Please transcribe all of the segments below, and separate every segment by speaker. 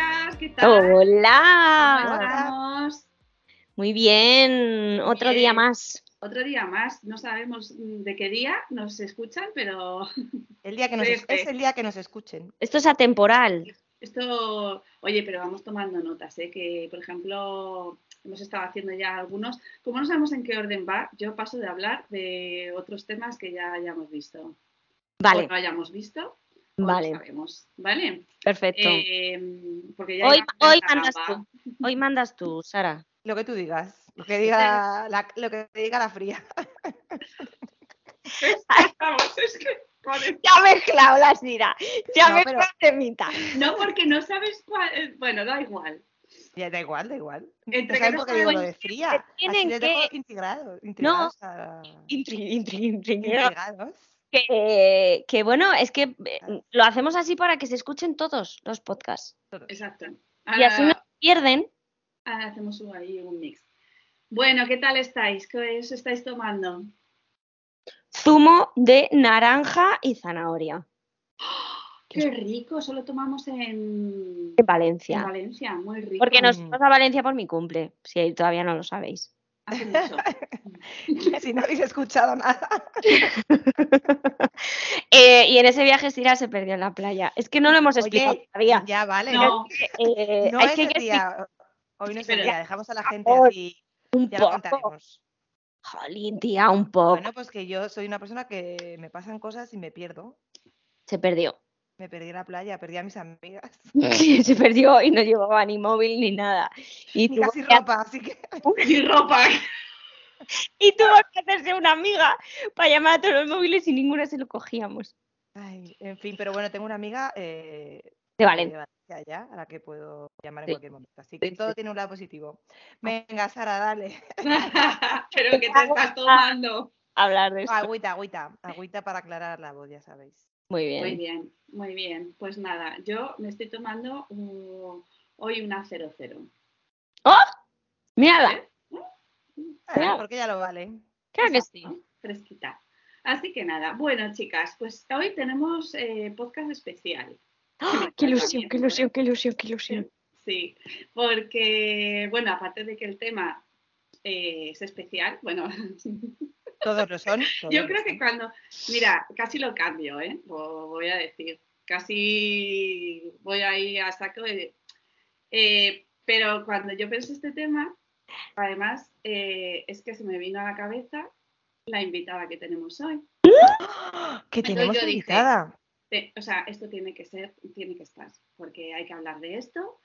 Speaker 1: Hola.
Speaker 2: Hola.
Speaker 1: ¿Cómo estamos?
Speaker 2: Muy bien, otro
Speaker 1: Bien.
Speaker 2: día más.
Speaker 1: Otro día más, no sabemos de qué día nos escuchan, pero
Speaker 3: El día que nos
Speaker 1: Sí,
Speaker 3: es,
Speaker 1: sí.
Speaker 3: es el día que nos escuchen.
Speaker 2: Esto es atemporal.
Speaker 1: esto, oye, pero vamos tomando notas, ¿eh? que por ejemplo hemos estado haciendo ya algunos, como no sabemos en qué orden va, yo paso de hablar de otros temas que ya hayamos visto.
Speaker 2: Vale,
Speaker 1: O no hayamos visto, o
Speaker 2: vale,
Speaker 1: no sabemos, ¿vale?
Speaker 2: perfecto.
Speaker 1: Eh, porque ya
Speaker 2: Hoy-
Speaker 1: iba a
Speaker 2: hoy
Speaker 1: la
Speaker 2: mandas
Speaker 1: gamba.
Speaker 2: Hoy mandas tú, Sara.
Speaker 3: Lo que tú digas. Lo que diga la, lo que te diga la fría.
Speaker 1: Vamos, es que, joder.
Speaker 2: Ya me he mezclado la Sira.
Speaker 3: No,
Speaker 2: me he
Speaker 3: pero-
Speaker 2: mezclado de mitad.
Speaker 1: No, porque no sabes cuál, eh, bueno, da igual.
Speaker 3: Ya da igual, da igual.
Speaker 1: Entre
Speaker 3: No
Speaker 1: que
Speaker 3: saben
Speaker 1: no
Speaker 3: por qué digo lo
Speaker 1: saben
Speaker 3: de fría. Así
Speaker 2: tienen
Speaker 3: les dejo integrados. integrados a-
Speaker 2: Intri- intri- intri-
Speaker 3: integrados.
Speaker 2: Que, que bueno, es que eh, lo hacemos así para que se escuchen todos los podcasts.
Speaker 1: Exacto.
Speaker 2: Y así no
Speaker 1: Ahora-
Speaker 2: se pierden.
Speaker 1: Ahora Ah, hacemos un- ahí un mix. Bueno, ¿qué tal estáis? ¿Qué os estáis tomando?
Speaker 2: Zumo de naranja y zanahoria
Speaker 1: Qué rico, solo tomamos en,
Speaker 2: en
Speaker 1: en
Speaker 2: Valencia.
Speaker 1: Valencia, muy rico.
Speaker 2: Porque nos
Speaker 3: Mm.
Speaker 2: vamos a Valencia por mi cumple, si todavía no lo sabéis.
Speaker 1: Hace mucho.
Speaker 3: Si no habéis escuchado nada.
Speaker 2: Eh, y en ese viaje Sira se perdió en la playa. Es que no lo hemos
Speaker 3: Oye,
Speaker 2: explicado todavía.
Speaker 3: Ya vale.
Speaker 1: No,
Speaker 2: Eh,
Speaker 3: No
Speaker 2: hay
Speaker 3: es
Speaker 2: que
Speaker 3: el
Speaker 2: que
Speaker 3: día. Hoy no es el
Speaker 1: Pero-
Speaker 3: día. Dejamos a la gente
Speaker 2: favor,
Speaker 3: así.
Speaker 2: un
Speaker 3: Ya lo
Speaker 2: poco.
Speaker 3: contaremos.
Speaker 2: Jolín, tía, un poco.
Speaker 3: Bueno, pues que yo soy una persona que me pasan cosas y me pierdo.
Speaker 2: Se perdió.
Speaker 3: Me perdí en la playa, perdí a mis amigas.
Speaker 2: se perdió y no llevaba ni móvil ni nada. Y
Speaker 3: Ni
Speaker 2: tuvo,
Speaker 3: casi
Speaker 2: que, ha-
Speaker 3: ropa, así que.
Speaker 1: y ropa.
Speaker 2: y tuvo que hacerse una amiga para llamar a todos los móviles y ninguno se lo cogíamos.
Speaker 3: Ay, en fin, pero bueno, tengo una amiga eh,
Speaker 2: De
Speaker 3: de
Speaker 2: Valencia.
Speaker 3: Valencia ya, a la que puedo llamar en
Speaker 2: Sí.
Speaker 3: cualquier momento. Así que
Speaker 2: Sí,
Speaker 3: todo
Speaker 2: sí.
Speaker 3: tiene un lado positivo. Venga, Sara, dale.
Speaker 1: Pero ¿qué te estás tomando?
Speaker 2: Hablar de eso.
Speaker 3: Agüita, agüita. Agüita para aclarar la voz, ya sabéis.
Speaker 2: Muy
Speaker 1: Muy
Speaker 2: bien.
Speaker 1: bien, muy bien. Pues nada, yo me estoy tomando uh, hoy una 00.
Speaker 2: Mírala.
Speaker 3: Vale,
Speaker 2: Claro.
Speaker 3: Eh, porque ya lo vale.
Speaker 2: Claro que sí.
Speaker 3: Ah,
Speaker 1: Exacto, Fresquita. Así que nada, bueno chicas, pues hoy tenemos eh, podcast especial.
Speaker 2: ¡Ah! Qué ilusión, qué ilusión, qué ilusión, qué ilusión.
Speaker 1: Sí, porque, bueno, aparte de que el tema eh, es especial, bueno,
Speaker 3: Todos lo son. todos
Speaker 1: yo
Speaker 3: lo
Speaker 1: creo que
Speaker 3: son.
Speaker 1: cuando, mira, casi lo cambio, ¿eh? Lo voy a decir, casi voy ahí a saco de... eh, pero cuando yo pensé este tema, además, eh, es que se me vino a la cabeza la invitada que tenemos hoy.
Speaker 3: Que
Speaker 1: Entonces
Speaker 3: tenemos
Speaker 1: yo dije-
Speaker 3: invitada.
Speaker 1: Te- o sea, esto tiene que ser, tiene que estar, porque hay que hablar de esto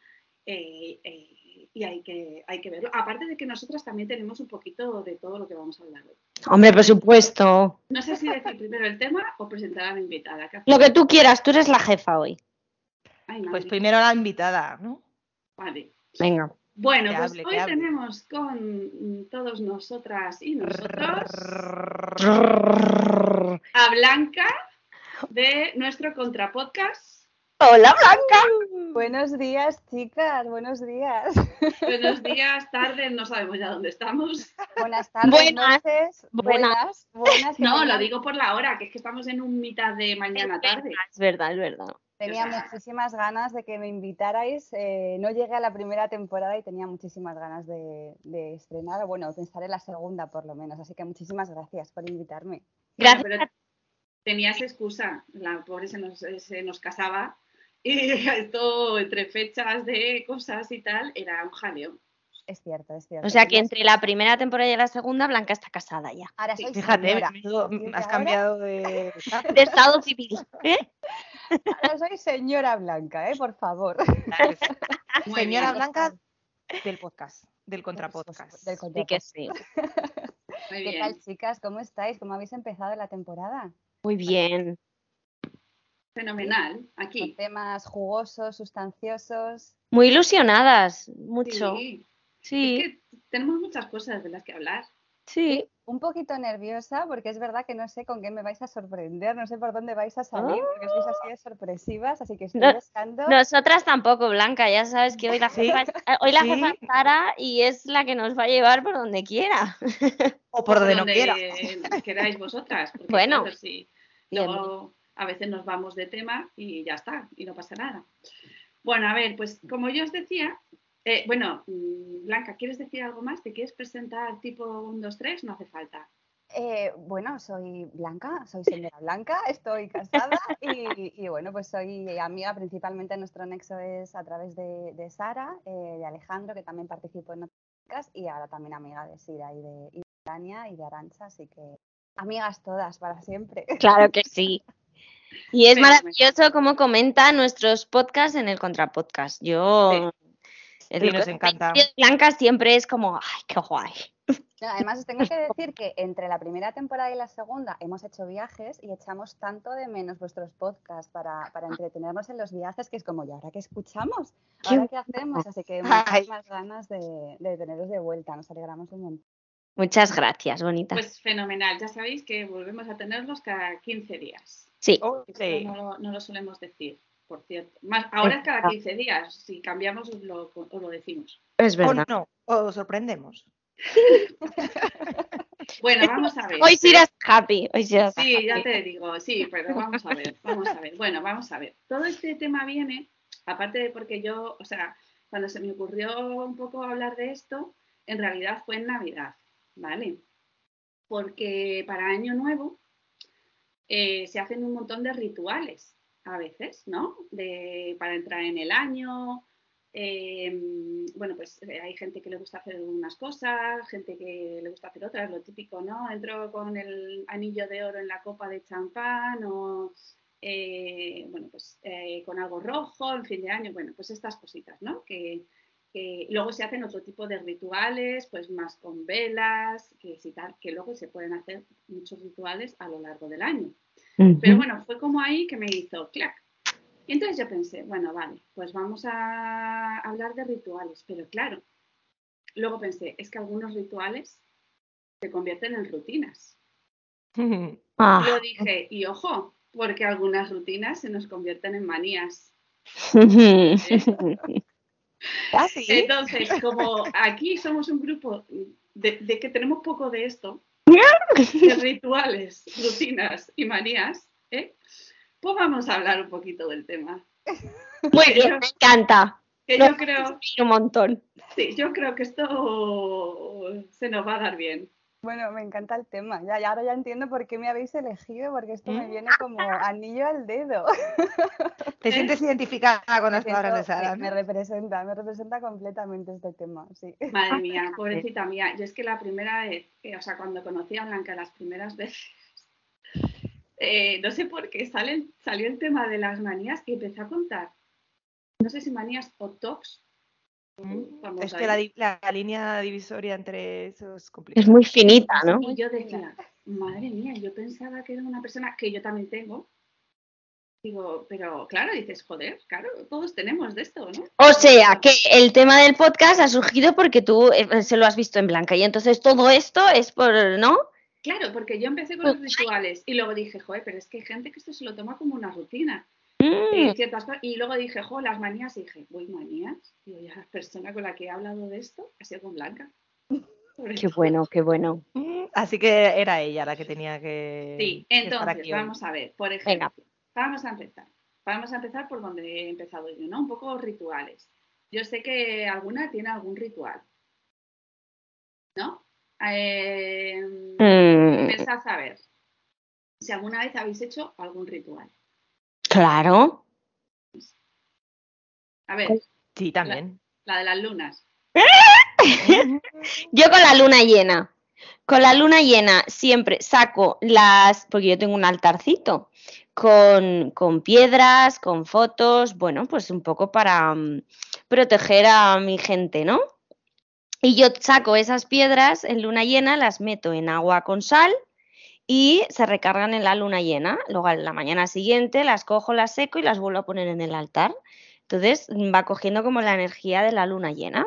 Speaker 1: eh, eh, y hay que, hay que verlo. Aparte de que nosotras también tenemos un poquito de todo lo que vamos a hablar hoy.
Speaker 2: Hombre, por supuesto.
Speaker 1: No sé si decir primero el tema o presentar a la invitada. ¿qué
Speaker 2: Lo
Speaker 1: hacemos?
Speaker 2: que tú quieras, tú eres la jefa hoy.
Speaker 1: Ay, madre,
Speaker 3: Pues primero la invitada, ¿no?
Speaker 1: vale.
Speaker 2: Venga.
Speaker 1: Bueno,
Speaker 3: Que
Speaker 1: pues
Speaker 3: hable,
Speaker 1: hoy
Speaker 3: que hable.
Speaker 1: tenemos con mm, todos nosotras y nosotros
Speaker 2: Hola,
Speaker 1: a Blanca de nuestro contrapodcast.
Speaker 2: Blanca.
Speaker 4: Buenos días, chicas, buenos días.
Speaker 1: Buenos días, tardes, no sabemos ya dónde estamos.
Speaker 4: Buenas tardes,
Speaker 2: Buenas,
Speaker 4: noches,
Speaker 2: buenas.
Speaker 4: buenas, buenas. que
Speaker 1: No,
Speaker 4: tenía-
Speaker 1: lo digo por la hora, que es que estamos en un mitad de mañana tarde.
Speaker 2: Es verdad, es verdad.
Speaker 4: Tenía muchísimas ganas de que me invitarais. eh, no llegué a la primera temporada y tenía muchísimas ganas de, de estrenar, o bueno, pensar en la segunda por lo menos. Así que muchísimas gracias por invitarme.
Speaker 1: Bueno,
Speaker 2: Gracias.
Speaker 1: pero tenías excusa, la pobre se nos, se nos casaba y esto entre fechas de cosas y tal era un jaleo.
Speaker 4: Es cierto, es cierto.
Speaker 2: O sea que
Speaker 4: tenía-
Speaker 2: entre la primera temporada y la segunda, Blanca está casada ya.
Speaker 4: Ahora soy
Speaker 3: Fíjate,
Speaker 4: señora.
Speaker 3: menudo- mm,
Speaker 4: Así que
Speaker 3: has
Speaker 4: ahora-
Speaker 3: cambiado de.
Speaker 2: De estado civil. ¿eh?
Speaker 4: Ahora soy señora Blanca, ¿eh? por favor.
Speaker 1: Muy
Speaker 3: pues, Ah, Señora
Speaker 1: bien.
Speaker 3: Blanca del podcast, del contrapodcast.
Speaker 4: Pues,
Speaker 2: Sí
Speaker 4: Del
Speaker 2: que
Speaker 4: contrapodcast.
Speaker 2: sí.
Speaker 1: Muy
Speaker 4: ¿Qué
Speaker 1: bien.
Speaker 4: tal, chicas? ¿Cómo estáis? ¿Cómo habéis empezado la temporada?
Speaker 2: Muy bien.
Speaker 1: Fenomenal,
Speaker 4: Con
Speaker 1: aquí.
Speaker 4: temas jugosos, sustanciosos.
Speaker 2: Muy ilusionadas. Mucho.
Speaker 1: Sí.
Speaker 2: Sí,
Speaker 1: Es que tenemos muchas cosas de las que hablar.
Speaker 2: sí.
Speaker 4: Un poquito nerviosa porque es verdad que no sé con qué me vais a sorprender, no sé por dónde vais a salir, porque sois así de sorpresivas, así que estoy
Speaker 2: Ah. No-
Speaker 4: buscando.
Speaker 2: Nosotras tampoco, Blanca. Ya sabes que hoy la
Speaker 3: Sí.
Speaker 2: jefa, eh, hoy la
Speaker 3: Sí.
Speaker 2: jefa es Sara y es la que nos va a llevar por donde quiera.
Speaker 3: O por donde no
Speaker 1: Donde
Speaker 3: quiera.
Speaker 1: queráis vosotras. porque,
Speaker 2: Bueno.
Speaker 1: claro, sí,
Speaker 2: Bien.
Speaker 1: luego a veces nos vamos de tema y ya está, y no pasa nada. Bueno, a ver, pues como yo os decía, eh, bueno, mm, Blanca, ¿quieres decir algo más? ¿Te quieres presentar tipo 1, 2, 3? No hace falta.
Speaker 4: Eh, bueno, soy Blanca, soy señora Blanca, estoy casada y, y, bueno, pues soy amiga principalmente. Nuestro nexo es a través de, de Sara, eh, de Alejandro, que también participó en otras, y ahora también amiga de Sira y de, y de Tania y de Arancha, así que amigas todas para siempre.
Speaker 2: Claro que sí. Y es maravilloso cómo comenta nuestros podcasts en el contrapodcast. Yo. el
Speaker 3: Sí, nos encanta.
Speaker 2: el Blanca siempre es como, ay, qué guay.
Speaker 4: No, además, os tengo que decir que entre la primera temporada y la segunda hemos hecho viajes y echamos tanto de menos vuestros podcasts para, para entretenernos en los viajes que es como, ¿y ahora qué escuchamos? ¿Ahora qué hacemos? Así que
Speaker 3: Ay.
Speaker 4: muchísimas ganas de, de teneros de vuelta, nos alegramos un montón.
Speaker 2: Muchas gracias, bonita.
Speaker 1: Pues fenomenal, ya sabéis que volvemos a tenerlos cada 15 días.
Speaker 2: sí.
Speaker 1: Esto No, lo, no lo solemos decir, por cierto. Más, ahora es cada 15 días, si cambiamos os lo, os lo decimos.
Speaker 2: Es
Speaker 3: O
Speaker 2: verdad.
Speaker 3: no, o sorprendemos.
Speaker 1: Bueno, vamos a ver.
Speaker 2: Hoy sí eras happy. Hoy sí eras
Speaker 1: Sí,
Speaker 2: happy.
Speaker 1: ya te digo, sí, pero vamos a ver, vamos a ver. Bueno, vamos a ver. Todo este tema viene, aparte de porque yo, o sea, cuando se me ocurrió un poco hablar de esto, en realidad fue en Navidad, ¿vale? Porque para Año Nuevo eh, se hacen un montón de rituales a veces, ¿no? De, para entrar en el año. eh, bueno, pues eh, hay gente que le gusta hacer unas cosas, gente que le gusta hacer otras, lo típico, ¿no? Entro con el anillo de oro en la copa de champán o, eh, bueno, pues eh, con algo rojo en fin de año, bueno, pues estas cositas, ¿no? Que, que luego se hacen otro tipo de rituales, pues más con velas, que, si tal, que luego se pueden hacer muchos rituales a lo largo del año.
Speaker 2: Ujú.
Speaker 1: Pero bueno, fue como ahí que me hizo clac. Y entonces yo pensé, bueno, vale, pues vamos a hablar de rituales, pero claro, luego pensé, es que algunos rituales se convierten en rutinas.
Speaker 2: Ah.
Speaker 1: Lo dije, y ojo, porque algunas rutinas se nos convierten en manías.
Speaker 3: Casi.
Speaker 1: Entonces, como aquí somos un grupo de, de que tenemos poco de esto, de rituales, rutinas y manías, ¿eh? pues vamos a hablar un poquito del tema.
Speaker 2: Muy bien, me encanta.
Speaker 1: Que yo creo,
Speaker 2: Un montón.
Speaker 1: sí, yo creo que esto se nos va a dar bien.
Speaker 4: Bueno, me encanta el tema. Ya, ya ahora ya entiendo por qué me habéis elegido, porque esto me
Speaker 3: ¿Mm?
Speaker 4: viene como anillo al dedo.
Speaker 3: Te sientes identificada con las
Speaker 4: Siento-
Speaker 3: palabras de Sara.
Speaker 4: me, me
Speaker 3: ¿no?
Speaker 4: representa, me representa completamente este tema, sí.
Speaker 1: Madre mía, pobrecita mía. Yo es que la primera vez, eh, o sea, cuando conocí a Blanca las primeras veces, eh, no sé por qué sale el- salió el tema de las manías y empecé a contar. No sé si manías o eh, tocs. Vamos
Speaker 3: Mm, Es
Speaker 1: ahí.
Speaker 3: que la, di- la línea divisoria entre eso es complicada.
Speaker 2: Es muy finita, ¿no?
Speaker 1: Y yo decía, madre mía, yo pensaba que era una persona que yo también tengo. Digo, pero claro, dices, joder, claro, todos tenemos de esto, ¿no?
Speaker 2: O sea, que el tema del podcast ha surgido porque tú eh, se lo has visto en blanca y entonces todo esto es por, ¿no?
Speaker 1: Claro, porque yo empecé
Speaker 2: Pues
Speaker 1: con los rituales y luego dije, joder, pero es que hay gente que esto se lo toma como una rutina.
Speaker 2: Mm,
Speaker 1: Eh, ciertas cosas. Y luego dije, jo, las manías, y dije, uy, manías. Digo, ya la persona con la que he hablado de esto ha sido con Blanca. Sobre
Speaker 2: qué
Speaker 1: todo.
Speaker 2: bueno, qué bueno.
Speaker 3: Mm, Así que era ella la que tenía
Speaker 2: eh,
Speaker 3: que,
Speaker 1: Sí,
Speaker 3: que estar
Speaker 1: entonces
Speaker 3: aquí hoy.
Speaker 1: vamos a ver, por ejemplo,
Speaker 2: Venga.
Speaker 1: vamos a empezar. Vamos a empezar por donde he empezado yo, ¿no? Un poco rituales. Yo sé que alguna tiene algún ritual, ¿no? Eh,
Speaker 2: Mm,
Speaker 1: Pensad a ver si alguna vez habéis hecho algún ritual.
Speaker 2: claro.
Speaker 1: A ver,
Speaker 3: Sí, también.
Speaker 1: la de las lunas.
Speaker 2: Yo con la luna llena. Con la luna llena siempre saco las, porque yo tengo un altarcito, con, con piedras, con fotos, bueno, pues un poco para mm, proteger a mi gente, ¿no? Y yo saco esas piedras en luna llena, las meto en agua con sal y se recargan en la luna llena. Luego a la mañana siguiente las cojo, las seco y las vuelvo a poner en el altar. Entonces mm, va cogiendo como la energía de la luna llena.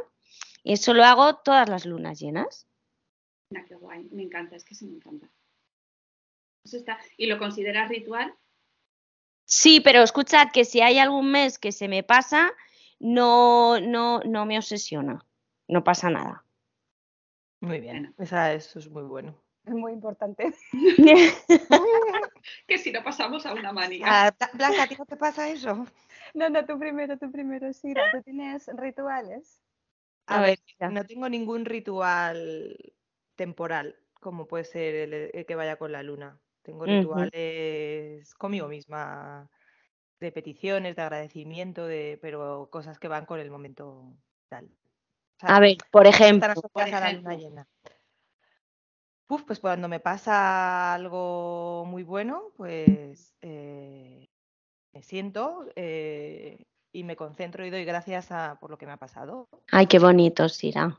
Speaker 2: Y eso lo Eh, hago todas las lunas llenas.
Speaker 1: Mira, qué guay, me encanta, es que sí me encanta. Eso está. ¿Y lo consideras ritual?
Speaker 2: Sí, pero escuchad que si hay algún mes que se me pasa, no, no, no me obsesiona. No pasa nada.
Speaker 3: Muy bien. Esa- eso es muy bueno.
Speaker 4: Es muy importante.
Speaker 1: Que si no pasamos a una manía.
Speaker 3: Ah, Bla- Blanca, ¿a ti no te pasa eso?
Speaker 4: No, no, tú primero, tú primero, Sira. ¿Tú tienes rituales?
Speaker 3: A,
Speaker 2: A
Speaker 3: ver,
Speaker 2: ver, ya.
Speaker 3: no tengo ningún ritual temporal, como puede ser el, eh, el que vaya con la luna. Tengo
Speaker 2: Ujú.
Speaker 3: rituales conmigo misma, de peticiones, de agradecimiento, de, pero cosas que van con el momento tal. O sea,
Speaker 2: A ver, por
Speaker 3: están
Speaker 2: ejemplo,
Speaker 3: asociadas a la luna
Speaker 1: ejemplo.
Speaker 3: llena. Uf, pues cuando me pasa algo muy bueno, pues eh, me siento eh, y me concentro y doy gracias a, por lo que me ha pasado.
Speaker 2: ay, qué bonito, Sira.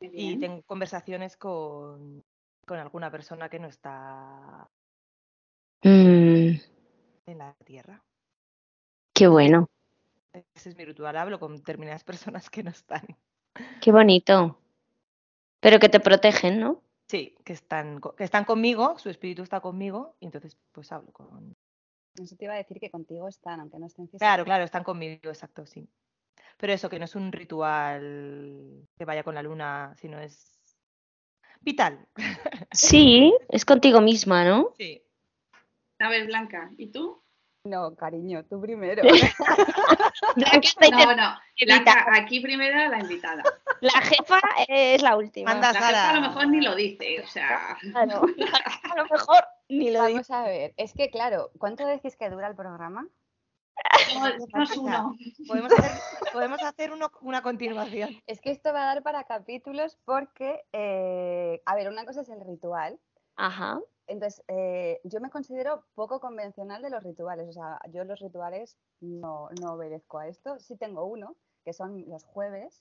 Speaker 1: Muy
Speaker 3: Y
Speaker 1: bien.
Speaker 3: tengo conversaciones con, con alguna persona que no está
Speaker 2: Mm,
Speaker 3: en la Tierra.
Speaker 2: qué bueno,
Speaker 3: Ese es mi ritual, hablo con determinadas personas que no están.
Speaker 2: qué bonito. Pero que te protegen, ¿no?
Speaker 3: Sí, que están, co- que están conmigo, su espíritu está conmigo, y entonces pues hablo con...
Speaker 4: Eso te iba a decir que contigo están, aunque no estén físicamente.
Speaker 3: Claro, claro, están conmigo, exacto, sí. Pero eso, que no es un ritual que vaya con la luna, sino es vital.
Speaker 2: Sí, es contigo misma, ¿no?
Speaker 3: Sí.
Speaker 1: A ver, Blanca, ¿y tú?
Speaker 4: No, cariño, tú primero.
Speaker 2: La, que
Speaker 1: No,
Speaker 2: está inter-
Speaker 1: bueno,
Speaker 2: invitada.
Speaker 1: Blanca, aquí primera la invitada.
Speaker 2: la jefa es la última.
Speaker 3: Manda,
Speaker 1: La jefa a lo
Speaker 3: Sara.
Speaker 1: mejor ni lo dice, o sea,
Speaker 2: Claro. A lo mejor ni lo digo.
Speaker 4: Vamos a ver, es que claro, ¿cuánto decís que dura el programa?
Speaker 1: somos- somos uno.
Speaker 3: Podemos hacer, podemos hacer uno- una continuación.
Speaker 4: Es que esto va a dar para capítulos porque, eh, a ver, una cosa es el ritual.
Speaker 2: Ajá.
Speaker 4: Entonces, eh, yo me considero poco convencional de los rituales. O sea, yo los rituales no, no obedezco a esto. Sí tengo uno, que son los jueves.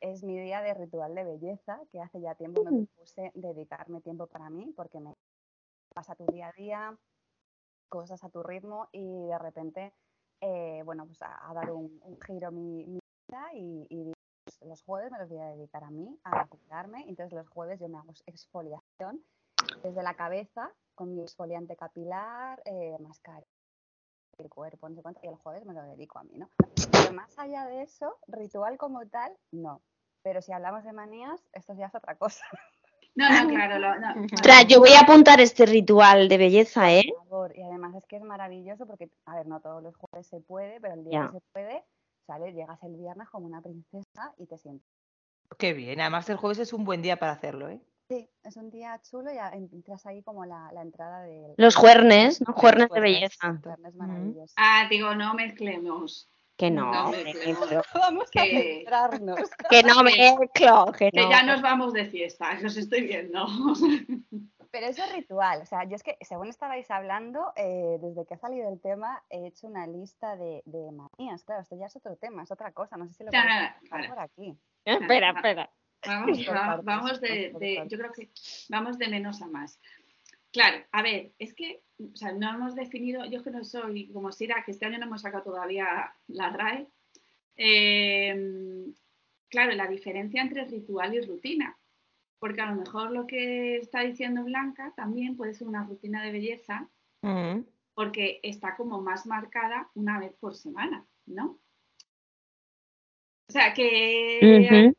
Speaker 4: Es mi día de ritual de belleza, que hace ya tiempo me
Speaker 2: Mm.
Speaker 4: propuse dedicarme tiempo para mí, porque me pasa tu día a día, cosas a tu ritmo y de repente, eh, bueno, pues a, a dar un, un giro mi, mi vida y, y pues, los jueves me los voy a dedicar a mí, a cuidarme. Entonces los jueves yo me hago exfoliación desde la cabeza con mi exfoliante capilar, eh, mascarilla, el cuerpo, no sé cuánto, y el jueves me lo dedico a mí, ¿no? Pero más allá de eso, ritual como tal, no. Pero si hablamos de manías, esto ya es otra cosa.
Speaker 1: No, no, claro, lo- no.
Speaker 2: Ostras, yo voy a apuntar este ritual de belleza, ¿eh?
Speaker 4: Por favor, Y además es que es maravilloso porque, a ver, no todos los jueves se puede, pero el día
Speaker 2: Ya.
Speaker 4: que se puede, sale, llegas el viernes como una princesa y te sientes.
Speaker 3: Qué bien, además el jueves es un buen día para hacerlo, ¿eh?
Speaker 4: Sí, es un día chulo y a- entras ahí como la, la entrada del...
Speaker 2: Los juernes, ¿no?
Speaker 4: Los
Speaker 2: Juernes de
Speaker 4: jueves,
Speaker 2: belleza.
Speaker 4: jueves maravillosos.
Speaker 1: Ah, digo, no mezclemos.
Speaker 2: Que
Speaker 1: No
Speaker 2: no,
Speaker 1: mezclemos.
Speaker 4: Vamos a
Speaker 1: que-
Speaker 4: centrarnos.
Speaker 2: que no mezclo, que
Speaker 1: Que
Speaker 2: no.
Speaker 1: ya nos vamos de fiesta, que os estoy viendo.
Speaker 4: Pero eso es ritual, o sea, yo es que según estabais hablando, eh, desde que ha salido el tema, he hecho una lista de, de manías. Claro, esto ya es otro tema, es otra cosa, no sé si lo podéis
Speaker 1: Claro,
Speaker 4: dejar
Speaker 1: claro.
Speaker 4: por aquí.
Speaker 2: Espera, espera.
Speaker 1: Vamos,
Speaker 4: Por
Speaker 1: va-
Speaker 4: partes,
Speaker 1: vamos de,
Speaker 4: por
Speaker 1: de-
Speaker 4: partes.
Speaker 1: yo creo que vamos de menos a más. Claro, a ver, es que o sea, no hemos definido, yo que no soy como Sira, que este año no hemos sacado todavía la RAE. Eh, claro, la diferencia entre ritual y rutina, porque a lo mejor lo que está diciendo Blanca también puede ser una rutina de belleza, porque está como más marcada una vez por semana, ¿no? O sea, que
Speaker 2: Ujú,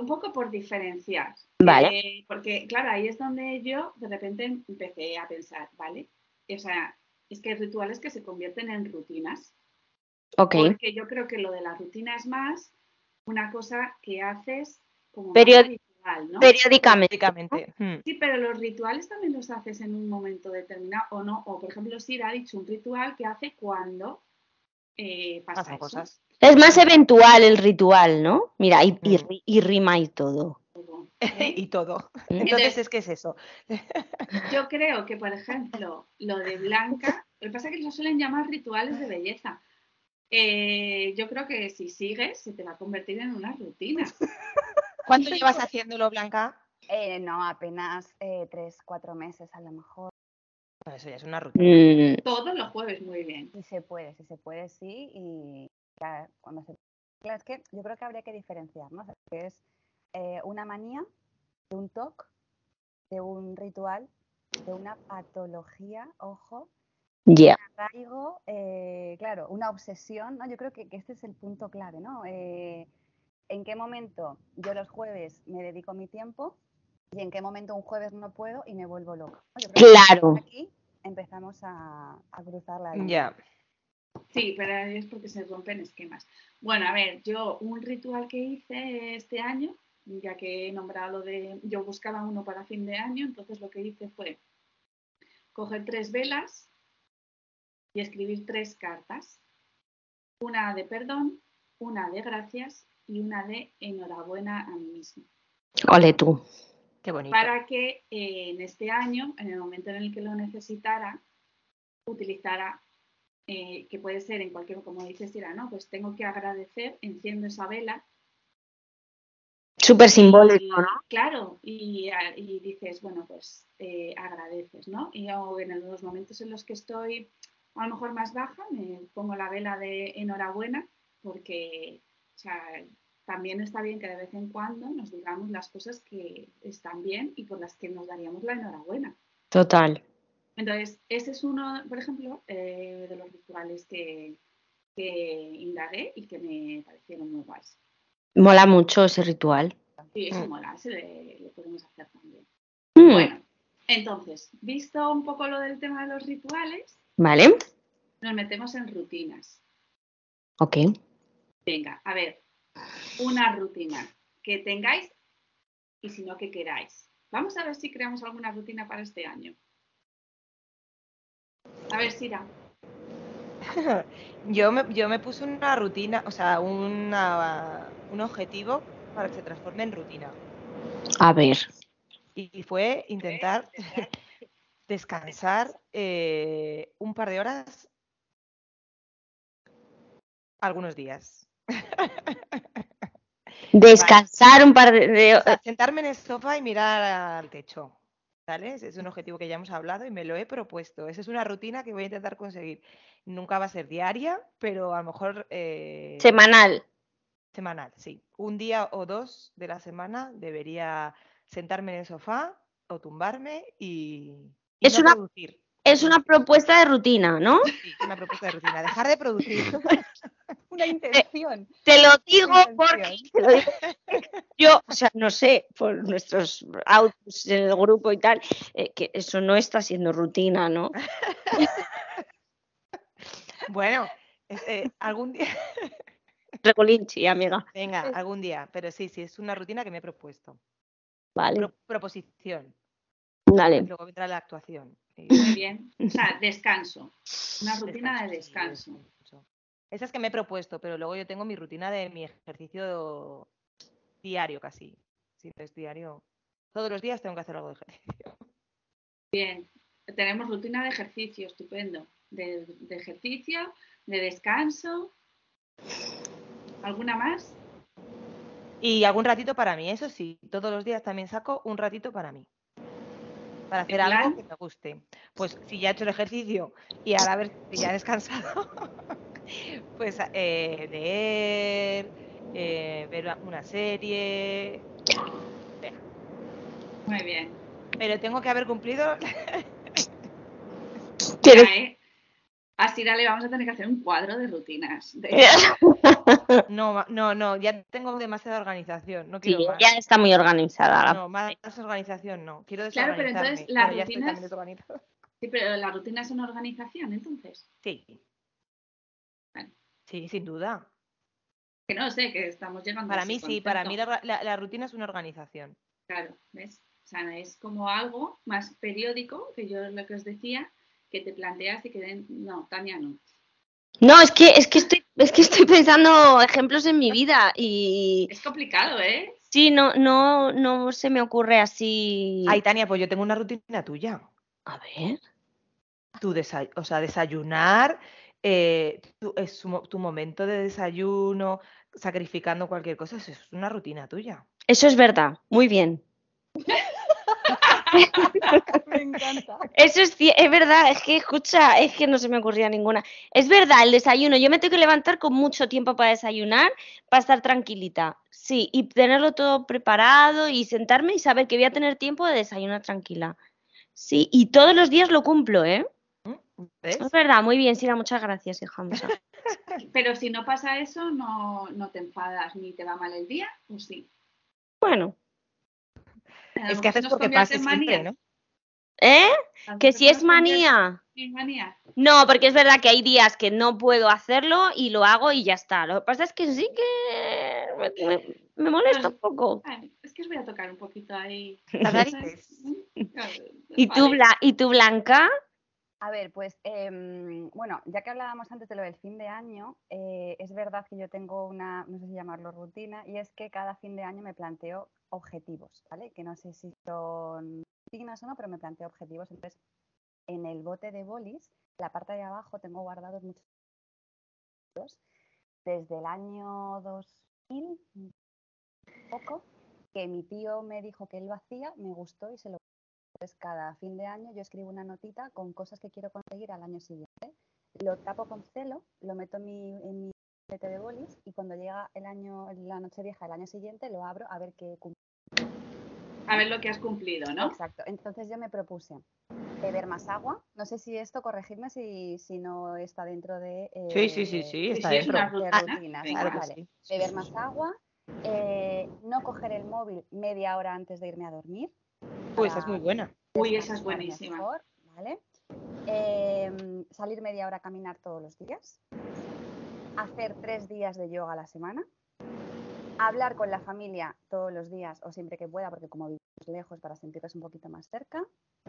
Speaker 1: un poco por diferenciar.
Speaker 2: Vale.
Speaker 1: Eh, porque, claro, ahí es donde yo de repente empecé a pensar, ¿vale? O sea, es que hay rituales que se convierten en rutinas.
Speaker 2: Ok.
Speaker 1: Porque yo creo que lo de la rutina es más una cosa que haces como más
Speaker 2: Period-
Speaker 1: habitual, ¿no?
Speaker 2: Periódicamente.
Speaker 3: Prácticamente. Mm.
Speaker 1: Sí, pero los rituales también los haces en un momento determinado o no. O, por ejemplo, Sira ha dicho un ritual que hace cuando eh, pasa
Speaker 3: Pasan
Speaker 1: eso.
Speaker 3: cosas.
Speaker 2: Es más eventual el ritual, ¿no? Mira, y, y
Speaker 3: Mm.
Speaker 2: ri- y rima y todo.
Speaker 1: ¿eh?
Speaker 3: y todo.
Speaker 2: Mm.
Speaker 3: Entonces es que es eso.
Speaker 1: Yo creo que, por ejemplo, lo de Blanca, lo que pasa es que lo suelen llamar rituales de belleza. Eh, yo creo que si sigues, se te va a convertir en una rutina.
Speaker 3: Pues ¿Cuánto llevas haciéndolo, Blanca?
Speaker 4: Eh, no, apenas eh, tres, cuatro meses a lo mejor.
Speaker 3: Bueno, eso ya es una rutina.
Speaker 2: Mm,
Speaker 1: Todos los jueves, muy bien.
Speaker 4: Si se puede, si se puede, sí. Y ya, cuando se Claro, es que yo creo que habría que diferenciar, ¿no? O sea, que es eh, una manía, de un TOC, de un ritual, de una patología, ojo,
Speaker 2: Ya.
Speaker 4: arraigo, eh, claro, una obsesión, ¿no? Yo creo que, que este es el punto clave, ¿no? Eh, ¿En qué momento yo los jueves me dedico mi tiempo y en qué momento un jueves no puedo y me vuelvo loca? ¿no? Yo creo que
Speaker 2: Claro.
Speaker 4: Mm. Aquí empezamos a, a cruzar la línea.
Speaker 3: Ya.
Speaker 1: Sí, pero es porque se rompen esquemas. Bueno, a ver, yo un ritual que hice este año, ya que he nombrado lo de, yo buscaba uno para fin de año, entonces lo que hice fue coger tres velas y escribir tres cartas. Una de perdón, una de gracias y una de enhorabuena a mí mismo.
Speaker 2: Ole tú.
Speaker 3: Qué bonito.
Speaker 1: Para que eh, en este año, en el momento en el que lo necesitara, utilizara eh, que puede ser en cualquier, como dices, Ira, ¿no? Pues tengo que agradecer, enciendo esa vela.
Speaker 2: Súper simbólico, ¿no?
Speaker 1: Claro, y, ah, y dices, bueno, pues eh, agradeces, ¿no? Y yo, en los momentos en los que estoy a lo mejor más baja, me pongo la vela de enhorabuena, porque o sea, también está bien que de vez en cuando nos digamos las cosas que están bien y por las que nos daríamos la enhorabuena.
Speaker 2: Total.
Speaker 1: Entonces, ese es uno, por ejemplo, eh, de los rituales que, que, indagué y que me parecieron muy guays.
Speaker 2: Mola mucho ese ritual.
Speaker 1: Sí, eso mola, ese le, le podemos hacer también. Mm. Bueno, entonces, visto un poco lo del tema de los rituales,
Speaker 2: vale.
Speaker 1: nos metemos en rutinas.
Speaker 2: Ok.
Speaker 1: Venga, a ver, una rutina que tengáis y si no que queráis. Vamos a ver si creamos alguna rutina para este año. A ver, Sira.
Speaker 3: yo, me, yo me puse una rutina, o sea, una, un objetivo para que se transforme en rutina.
Speaker 2: A ver.
Speaker 3: Y, y fue intentar descansar eh, un par de horas algunos días.
Speaker 2: descansar un par de
Speaker 3: o sea, sentarme en el sofá y mirar al techo. ¿Vale? Es un objetivo que ya hemos hablado y me lo he propuesto. Esa es una rutina que voy a intentar conseguir. Nunca va a ser diaria, pero a lo mejor... Eh,
Speaker 2: semanal.
Speaker 3: Semanal, sí. Un día o dos de la semana debería sentarme en el sofá o tumbarme y... y
Speaker 2: es, no una, producir. es una propuesta de rutina, ¿no?
Speaker 3: Sí, una propuesta de rutina. Dejar de producir.
Speaker 4: una intención.
Speaker 2: Te, te lo digo porque... Te lo digo. yo, o sea, no sé, por nuestros autos en el grupo y tal, eh, que eso no está siendo rutina, ¿no?
Speaker 3: bueno, eh, algún día.
Speaker 2: Recolinchi, amiga.
Speaker 3: Venga, algún día, pero sí, sí, es una rutina que me he propuesto.
Speaker 2: Vale. Pro
Speaker 3: proposición.
Speaker 2: Vale.
Speaker 3: Luego vendrá la actuación.
Speaker 1: Muy bien. O sea, descanso. Una rutina descanso, de descanso. Sí, descanso.
Speaker 3: Esas es que me he propuesto, pero luego yo tengo mi rutina de mi ejercicio diario casi. Si no es diario, todos los días tengo que hacer algo de ejercicio.
Speaker 1: Bien, tenemos rutina de ejercicio, estupendo. De, de ejercicio, de descanso. ¿Alguna más?
Speaker 3: Y algún ratito para mí, eso sí. Todos los días también saco un ratito para mí. Para hacer algo plan? que me guste. Pues si ya he hecho el ejercicio y ahora a ver si ya he descansado, pues eh, leer, eh, ver una serie.
Speaker 1: Muy bien.
Speaker 3: Pero tengo que haber cumplido.
Speaker 1: Pero... ¿eh? Así dale, vamos a tener que hacer un cuadro de rutinas. De...
Speaker 3: no, no, no, ya tengo demasiada organización. No quiero
Speaker 2: sí,
Speaker 3: más.
Speaker 2: ya está muy organizada.
Speaker 3: No, más organización no. Quiero
Speaker 1: Claro, pero entonces las bueno, rutinas. Sí, pero las rutinas son organización, entonces.
Speaker 3: Sí. Vale. Sí, sin duda.
Speaker 1: Que no sé, que estamos llegando
Speaker 3: Para a mí sí, concepto. para mí la, la, la, rutina es una organización.
Speaker 1: Claro, ¿ves? O sea, es como algo más periódico, que yo lo que os decía, que te planteas y que den... no, Tania no.
Speaker 2: No, es que, es que estoy, es que estoy pensando ejemplos en mi vida y.
Speaker 1: Es complicado, ¿eh?
Speaker 2: Sí, no, no, no se me ocurre así.
Speaker 3: Ay, Tania, pues yo tengo una rutina tuya.
Speaker 2: A ver.
Speaker 3: Tú desay o sea, desayunar, eh, tu, es tu, tu momento de desayuno, sacrificando cualquier cosa, eso es una rutina tuya.
Speaker 2: Eso es verdad, muy bien.
Speaker 4: me encanta.
Speaker 2: Eso es, es verdad, es que escucha, es que no se me ocurría ninguna. Es verdad, el desayuno, yo me tengo que levantar con mucho tiempo para desayunar, para estar tranquilita, sí, y tenerlo todo preparado y sentarme y saber que voy a tener tiempo de desayunar tranquila. Sí, y todos los días lo cumplo, ¿eh? ¿Ves? Es verdad, muy bien, Sira, muchas gracias, hija. Muchas.
Speaker 1: Pero si no pasa eso, no, no, te enfadas ni te va mal el día, pues sí.
Speaker 2: Bueno.
Speaker 3: Es que haces porque pase siempre, ¿no?
Speaker 2: ¿Eh? Que si es manía.
Speaker 1: Sí, manía.
Speaker 2: No, porque es verdad que hay días que no puedo hacerlo y lo hago y ya está. Lo que pasa es que sí que me, me- me molesta un poco.
Speaker 1: Ay, es que os voy a tocar un poquito ahí.
Speaker 3: Las narices.
Speaker 2: ¿Y tú,
Speaker 1: Vale.
Speaker 2: Bla- ¿y tú Blanca?
Speaker 4: A ver, pues em, bueno, ya que hablábamos antes de lo del fin de año, eh, es verdad que yo tengo una, no sé si llamarlo rutina, y es que cada fin de año me planteo objetivos, ¿vale? Que no sé si son dignas o no, pero me planteo objetivos. Entonces, en el bote de bolis, la parte de abajo, tengo guardados muchos objetivos desde el año 2000, un poco, que mi tío me dijo que él lo hacía, me gustó y se lo entonces, cada fin de año yo escribo una notita con cosas que quiero conseguir al año siguiente. Lo tapo con celo, lo meto en mi, en mi paquete de bolis y cuando llega el año, la noche vieja del año siguiente lo abro a ver qué he cumplido.
Speaker 1: A ver lo que has cumplido, ¿no?
Speaker 4: Exacto. Entonces yo me propuse beber más agua. No sé si esto, corregidme si, si no está dentro de...
Speaker 3: Sí, sí, sí,
Speaker 4: eh,
Speaker 3: sí,
Speaker 1: Que
Speaker 3: está
Speaker 1: si es
Speaker 3: dentro. Ah,
Speaker 1: una rutina.
Speaker 4: de rutinas,
Speaker 1: venga.
Speaker 3: Claro que
Speaker 4: vale.
Speaker 3: pues sí.
Speaker 4: beber más agua, eh, no coger el móvil media hora antes de irme a dormir.
Speaker 3: Pues es
Speaker 4: para-
Speaker 3: muy buena.
Speaker 1: Uy, esa es
Speaker 4: descansar
Speaker 1: buenísima.
Speaker 4: mejor, ¿vale? Em, salir media hora a caminar todos los días. Hacer tres días de yoga a la semana. Hablar con la familia todos los días o siempre que pueda, porque como vivimos lejos, para sentirnos un poquito más cerca.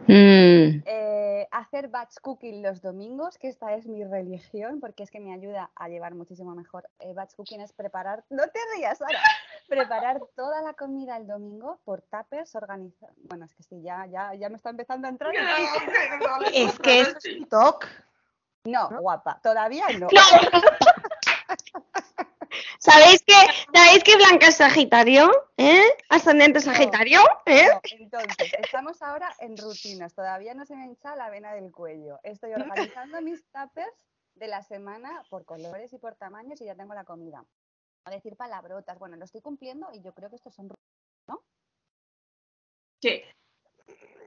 Speaker 2: Mm,
Speaker 4: Eh, hacer batch cooking los domingos, que esta es mi religión, porque es que me ayuda a llevar muchísimo mejor. Eh, batch cooking es preparar, no te rías, Sara, preparar toda la comida el domingo por tuppers, organizar. Bueno, es que sí, ya, ya, ya me está empezando a entrar. el pico.
Speaker 3: Es que es un TOC.
Speaker 4: No,
Speaker 3: ¿no?
Speaker 4: guapa, todavía no.
Speaker 2: ¿Sabéis que, ¿Sabéis que Blanca es Sagitario? ¿Eh? ¿Ascendente Sagitario? ¿Eh?
Speaker 4: No, entonces, estamos ahora en rutinas, todavía no se me hincha la vena del cuello. Estoy organizando mis tuppers de la semana por colores y por tamaños y ya tengo la comida. A decir palabrotas, bueno, lo estoy cumpliendo y yo creo que estos son
Speaker 1: Sí.
Speaker 4: de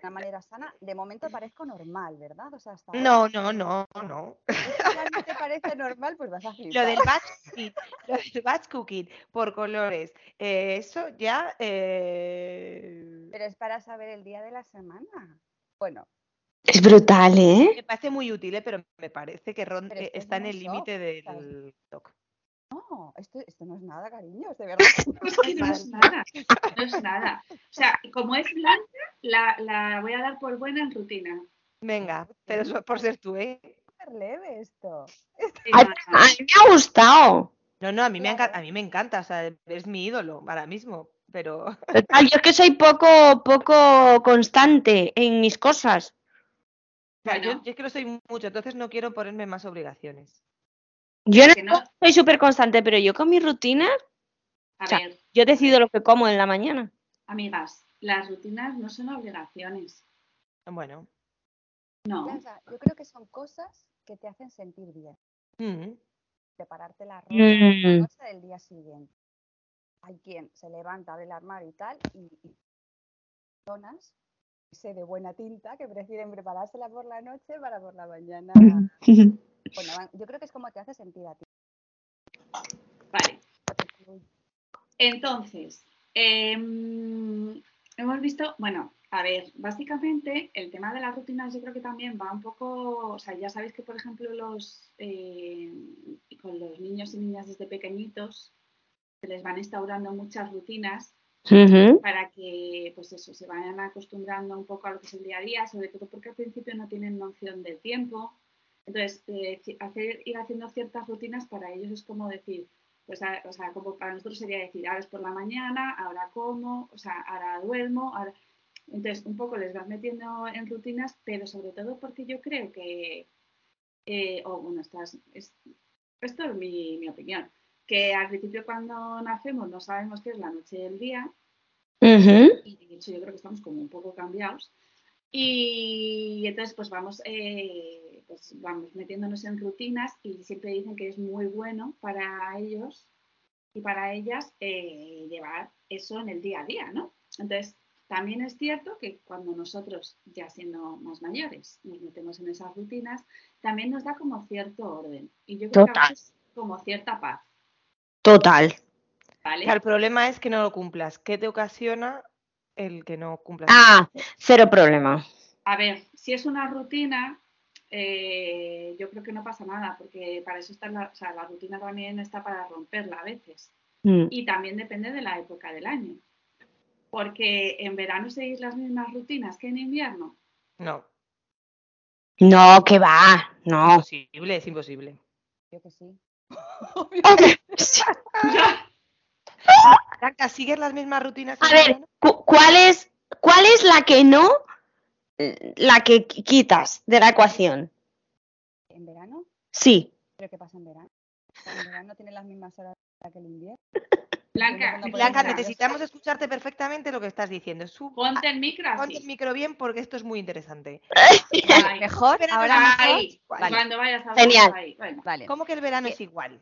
Speaker 4: una manera sana. De momento parezco normal, ¿verdad? O sea, hasta ahora,
Speaker 3: No, no, no, no.
Speaker 4: si a ti te parece normal, pues vas a
Speaker 3: Lo
Speaker 4: flipar.
Speaker 3: del batch cooking, lo del batch cooking por colores, eh, eso ya. eh,
Speaker 4: Pero es para saber el día de la semana. Bueno,
Speaker 2: Es brutal, ¿eh?
Speaker 3: me parece muy útil, eh, pero me parece que ron-
Speaker 4: Pero es
Speaker 3: eh,
Speaker 4: que es
Speaker 3: está en
Speaker 4: muy
Speaker 3: el
Speaker 4: soft,
Speaker 3: límite
Speaker 4: sea, es-
Speaker 3: del TOC.
Speaker 4: no, esto, esto no es nada, cariños, de verdad.
Speaker 1: Es que no es nada. No es nada. O sea, como es blanca, la, la voy a dar por buena en rutina.
Speaker 3: Venga, pero eso por ser tú, ¿eh?
Speaker 4: Súper leve esto.
Speaker 1: Sí,
Speaker 2: A,
Speaker 1: no, no.
Speaker 2: a mí me ha gustado.
Speaker 3: No, no, a mí, me enca-
Speaker 4: Claro.
Speaker 3: a mí me encanta, o sea, es mi ídolo ahora mismo, pero
Speaker 2: Total, yo es que soy poco, poco constante en mis cosas.
Speaker 3: o sea, yo,
Speaker 1: Bueno.
Speaker 3: yo es que lo soy mucho, entonces no quiero ponerme más obligaciones.
Speaker 2: Yo no,
Speaker 1: Que no.
Speaker 2: soy súper constante, pero yo con mi rutina,
Speaker 1: A ver,
Speaker 2: yo decido lo que como en la mañana.
Speaker 1: amigas, las rutinas no son obligaciones.
Speaker 3: Bueno,
Speaker 4: Ya,
Speaker 1: No.
Speaker 4: o sea, yo creo que son cosas que te hacen sentir bien.
Speaker 3: mm,
Speaker 4: Prepararte la ropa la
Speaker 2: Mm.
Speaker 4: noche del día siguiente. Hay quien se levanta, abre el armario y tal, y, y personas sé de buena tinta que prefieren preparársela por la noche para por la mañana. Bueno, va- yo creo que es como te hace sentir a ti.
Speaker 1: Vale. Entonces, em, hemos visto, bueno, a ver, básicamente el tema de las rutinas yo creo que también va un poco, o sea, ya sabéis que por ejemplo los eh, con los niños y niñas desde pequeñitos se les van instaurando muchas rutinas
Speaker 2: Ujú.
Speaker 1: para que, pues eso, se vayan acostumbrando un poco a lo que es el día a día, sobre todo porque al principio no tienen noción del tiempo. Entonces, eh, ci- hacer, ir haciendo ciertas rutinas para ellos es como decir, pues, a- o sea, como para nosotros sería decir, ahora es por la mañana, ahora como, o sea, ahora duermo, ahora... Entonces, un poco les vas metiendo en rutinas, pero sobre todo porque yo creo que, eh, o bueno, estas, es- esto es mi, mi opinión, que al principio cuando nacemos no sabemos qué es la noche y el día,
Speaker 2: Ujú.
Speaker 1: y de hecho yo creo que estamos como un poco cambiados. Y entonces pues vamos, eh, pues vamos metiéndonos en rutinas y siempre dicen que es muy bueno para ellos y para ellas eh, llevar eso en el día a día, ¿no? Entonces también es cierto que cuando nosotros ya siendo más mayores nos metemos en esas rutinas, también nos da como cierto orden y yo creo que a
Speaker 2: Total.
Speaker 1: veces como cierta paz,
Speaker 2: Total.
Speaker 1: ¿vale?
Speaker 3: Claro, el problema es que no lo cumplas. ¿Qué te ocasiona el que no cumplas?
Speaker 2: Ah, cero problema.
Speaker 1: A ver, si es una rutina, eh, yo creo que no pasa nada, porque para eso está la, o sea, la rutina también está para romperla a veces.
Speaker 2: Mm.
Speaker 1: Y también depende de la época del año. Porque en verano seguís las mismas rutinas que en invierno.
Speaker 3: No,
Speaker 2: No, que va, no.
Speaker 3: imposible, es imposible.
Speaker 4: Yo que sí.
Speaker 3: Blanca, ¿sigues las mismas rutinas?
Speaker 2: A
Speaker 3: que
Speaker 2: ver,
Speaker 3: Mariana?
Speaker 2: cu- ¿cuál es, ¿cuál es la que no, eh, la que qui- quitas de la ecuación?
Speaker 4: ¿En verano?
Speaker 2: Sí.
Speaker 4: ¿Pero qué pasa en verano? En verano tienen las mismas horas que el invierno.
Speaker 1: Blanca,
Speaker 4: No, no, no,
Speaker 3: Blanca,
Speaker 4: Blanca,
Speaker 3: necesitamos escucharte perfectamente lo que estás diciendo. Sub-
Speaker 1: ponte el micro
Speaker 3: ah, ponte
Speaker 1: así.
Speaker 3: el micro bien porque esto es muy interesante.
Speaker 1: Ahí.
Speaker 4: Mejor,
Speaker 3: Verano
Speaker 4: ahora mejor.
Speaker 1: Ahí.
Speaker 4: Vale.
Speaker 1: Cuando vayas a
Speaker 2: Genial.
Speaker 1: ahí. Bueno,
Speaker 4: Vale.
Speaker 3: ¿Cómo que el verano es igual?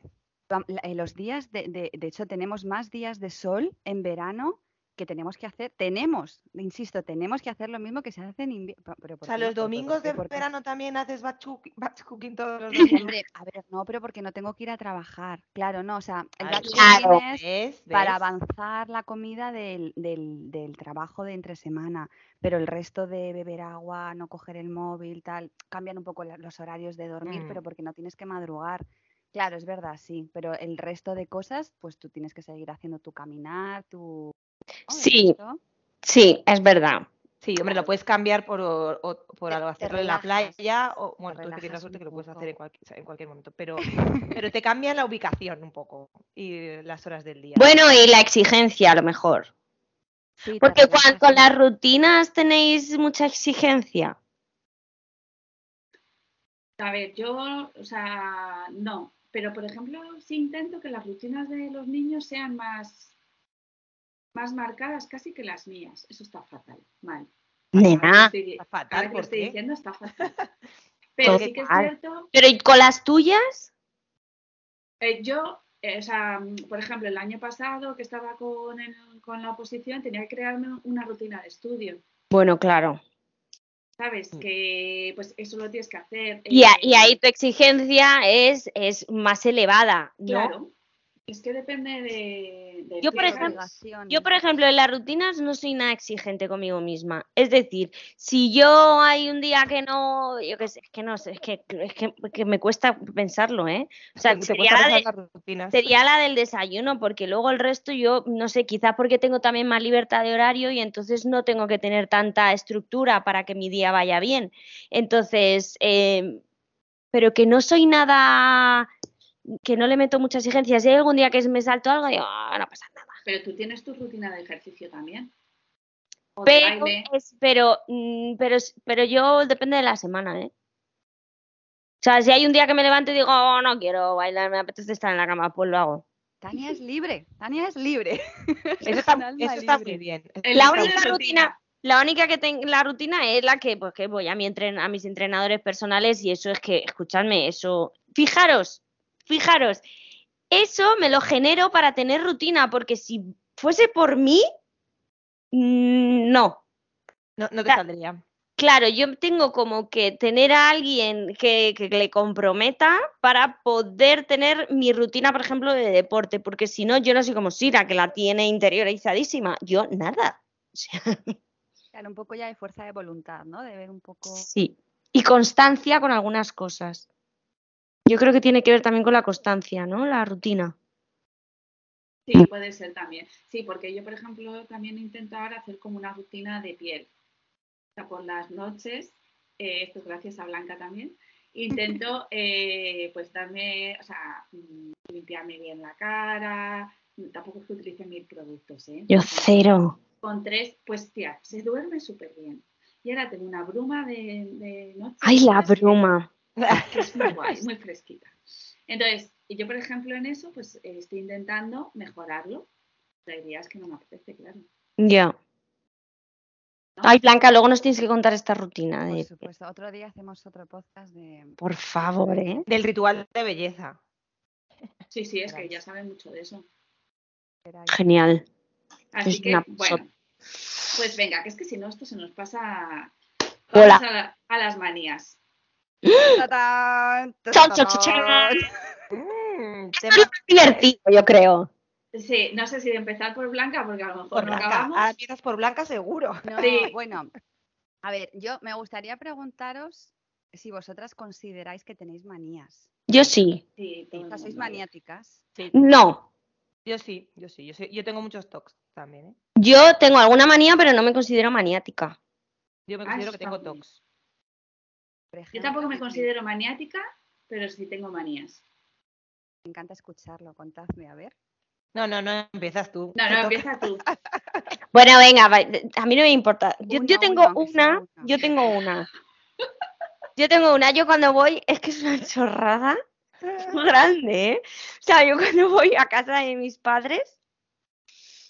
Speaker 4: Vam- la- eh, Los días, de, de- de hecho, tenemos más días de sol en verano que tenemos que hacer. Tenemos, insisto, tenemos que hacer lo mismo que se hace en invierno.
Speaker 3: O sea, los domingos de verano también haces batch cooking, batch cooking todos los domingos.
Speaker 4: Hombre, a ver, no, pero porque no tengo que ir a trabajar. Claro, no, o sea, el
Speaker 3: Claro.
Speaker 4: batch
Speaker 2: Claro.
Speaker 4: cooking es
Speaker 3: ¿Ves?
Speaker 4: para
Speaker 3: ¿Ves?
Speaker 4: avanzar la comida del, del- del trabajo de entre semana, pero el resto de beber agua, no coger el móvil, tal, cambian un poco la- los horarios de dormir,
Speaker 3: Mm.
Speaker 4: pero porque no tienes que madrugar. Claro, es verdad, sí, pero el resto de cosas, pues tú tienes que seguir haciendo tu caminar, tu... ¿no? El
Speaker 2: Sí.
Speaker 4: resto,
Speaker 2: Sí, es verdad.
Speaker 3: Sí, hombre,
Speaker 4: Claro.
Speaker 3: lo puedes cambiar por, o- o- por
Speaker 4: Te-
Speaker 3: algo
Speaker 4: te
Speaker 3: hacerlo en la
Speaker 4: relajas,
Speaker 3: playa o, bueno,
Speaker 4: te
Speaker 3: tú es que tienes la
Speaker 4: relajas
Speaker 3: suerte
Speaker 4: un
Speaker 3: que lo puedes hacer en
Speaker 4: poco.
Speaker 3: cualquier, o sea, en cualquier momento, pero, pero te cambia la ubicación un poco y eh, las horas del día.
Speaker 2: Bueno, y la exigencia a lo mejor.
Speaker 4: sí, te
Speaker 2: Porque cuando
Speaker 4: relajas
Speaker 2: con
Speaker 4: un-
Speaker 2: las rutinas tenéis mucha exigencia.
Speaker 1: a ver, yo, o sea, no. Pero, por ejemplo, sí intento que las rutinas de los niños sean más, más marcadas casi que las mías. Eso está fatal, mal. Ahora
Speaker 2: Nena.
Speaker 1: que estoy-
Speaker 3: Está
Speaker 1: ahora
Speaker 3: fatal
Speaker 1: que lo estoy
Speaker 3: porque
Speaker 1: diciendo, está fatal. Pero
Speaker 2: Pues
Speaker 1: sí que es
Speaker 2: Total.
Speaker 1: cierto
Speaker 2: Pero ¿y con las tuyas?
Speaker 1: Eh, yo, eh, o sea, mm, por ejemplo, el año pasado que estaba con, el- con la oposición tenía que crearme una rutina de estudio,
Speaker 2: Bueno, claro.
Speaker 1: ¿sabes?
Speaker 3: Mm.
Speaker 1: Que pues eso lo tienes que hacer.
Speaker 2: Y, a-
Speaker 1: eh,
Speaker 2: y ahí tu exigencia es, es más elevada, ¿no?
Speaker 1: Claro. Es que depende de... de
Speaker 2: Yo,
Speaker 1: ti,
Speaker 2: por
Speaker 1: ¿sabes?
Speaker 2: ejemplo,
Speaker 4: obligaciones.
Speaker 2: Yo, por ejemplo, en las rutinas no soy nada exigente conmigo misma. Es decir, si yo hay un día que no, yo qué sé, es que no sé, es que, es que, que me cuesta pensarlo, ¿eh? O sea,
Speaker 3: te
Speaker 2: sería
Speaker 3: cuesta
Speaker 2: la,
Speaker 3: pensar
Speaker 2: de-
Speaker 3: las rutinas.
Speaker 2: sería la del desayuno, porque luego el resto yo, no sé, quizás porque tengo también más libertad de horario y entonces no tengo que tener tanta estructura para que mi día vaya bien. Entonces, eh, pero que no soy nada, que no le meto mucha exigencia. Si hay algún día que me salto algo, digo, "Ah, no pasa nada.
Speaker 1: Pero tú tienes tu rutina de ejercicio también. O de
Speaker 2: Pero,
Speaker 1: baile.
Speaker 2: es- pero, mm, pero, es- pero yo depende de la semana, ¿eh? O sea, si hay un día que me levanto y digo, "Oh, no quiero bailar, me apetece estar en la cama, pues lo hago.
Speaker 4: Tania es libre, Tania es libre.
Speaker 3: Eso está,
Speaker 4: un alma
Speaker 3: eso está
Speaker 4: libre.
Speaker 3: muy bien. eso
Speaker 1: El
Speaker 2: La
Speaker 3: está
Speaker 1: libro
Speaker 2: única
Speaker 1: de
Speaker 2: rutina. La única que tengo, la rutina es la que, pues, que voy a, mi entren- a mis entrenadores personales y eso es que, escuchadme, eso, fijaros, fijaros, eso me lo genero para tener rutina, porque si fuese por mí, mm, no,
Speaker 3: No, no te
Speaker 2: La-
Speaker 3: saldría.
Speaker 2: Claro, yo tengo como que tener a alguien que, que le comprometa para poder tener mi rutina, por ejemplo, de deporte, porque si no, yo no soy como Sira, que la tiene interiorizadísima. Yo nada. O sea,
Speaker 4: Claro, un poco ya de fuerza de voluntad, ¿no? De ver un poco...
Speaker 2: sí. Y constancia con algunas cosas. Yo creo que tiene que ver también con la constancia, ¿no? La rutina. Mm.
Speaker 1: Sí, puede ser también. Sí, porque yo, por ejemplo, también intento ahora hacer como una rutina de piel. O sea, por las noches, eh, esto es gracias a Blanca también, intento eh, pues darme, o sea, mm, limpiarme bien la cara. Tampoco es que utilice mil productos, ¿eh?
Speaker 2: Yo
Speaker 1: O sea,
Speaker 2: cero.
Speaker 1: Con tres, pues tía, se duerme súper bien. Y ahora tengo una bruma de, de noche.
Speaker 2: Ay, la
Speaker 1: ¿sabes?
Speaker 2: bruma.
Speaker 1: que es muy guay, muy fresquita. Entonces, yo, por ejemplo, en eso, pues eh, estoy intentando mejorarlo. Hay días que no me apetece, claro.
Speaker 2: Ya. Ay, Blanca, luego nos tienes que contar esta rutina.
Speaker 4: Por
Speaker 2: de-
Speaker 4: supuesto, otro día hacemos otro podcast de...
Speaker 2: por favor, ¿eh?
Speaker 3: Del ritual de belleza.
Speaker 1: Sí, sí, es que
Speaker 4: Verás.
Speaker 1: ya saben mucho de eso.
Speaker 4: Espera,
Speaker 2: Genial.
Speaker 1: Así
Speaker 2: Es
Speaker 1: que,
Speaker 2: una
Speaker 1: bueno, pues venga, que es que si no, esto se nos pasa
Speaker 2: Hola.
Speaker 1: vamos a, la- a las manías.
Speaker 4: ¡Tatán!
Speaker 2: Chao, chao, chao,
Speaker 4: ¡Tatán!
Speaker 3: Mm,
Speaker 2: Esto
Speaker 3: tema-
Speaker 2: es lo más divertido, yo creo.
Speaker 1: Sí, no sé si de empezar por Blanca, porque a lo mejor
Speaker 3: por
Speaker 1: no
Speaker 3: Blanca. Ah,
Speaker 1: acabamos.
Speaker 3: Ahora empiezas por Blanca seguro.
Speaker 4: No,
Speaker 1: Sí.
Speaker 4: bueno, A ver, yo me gustaría preguntaros si vosotras consideráis que tenéis manías.
Speaker 2: Yo sí.
Speaker 1: Sí, todo el
Speaker 4: O sea, sois
Speaker 1: mundo.
Speaker 4: maniáticas.
Speaker 2: No.
Speaker 3: Yo sí, yo sí, yo sí. Yo tengo muchos tocs también, ¿eh?
Speaker 2: Yo tengo alguna manía, pero no me considero maniática.
Speaker 3: Yo me
Speaker 1: Ah,
Speaker 3: considero
Speaker 1: eso
Speaker 3: que
Speaker 1: está
Speaker 3: tengo
Speaker 1: bien.
Speaker 3: tocs.
Speaker 4: Por
Speaker 1: Yo
Speaker 4: ejemplo,
Speaker 1: tampoco me
Speaker 4: que
Speaker 1: considero maniática, pero sí tengo manías.
Speaker 4: Me encanta escucharlo, contadme, a ver.
Speaker 3: No, no, no, empiezas tú.
Speaker 1: No,
Speaker 3: Te
Speaker 1: no,
Speaker 3: toca.
Speaker 1: empieza tú.
Speaker 2: Bueno, venga, va, a mí no me importa. Yo, yo
Speaker 4: Una,
Speaker 2: tengo
Speaker 4: una, aunque sea
Speaker 2: una,
Speaker 4: una.
Speaker 2: yo tengo una. Yo tengo una, yo cuando voy, es que es una chorrada muy grande, ¿eh? O sea, yo cuando voy a casa de mis padres,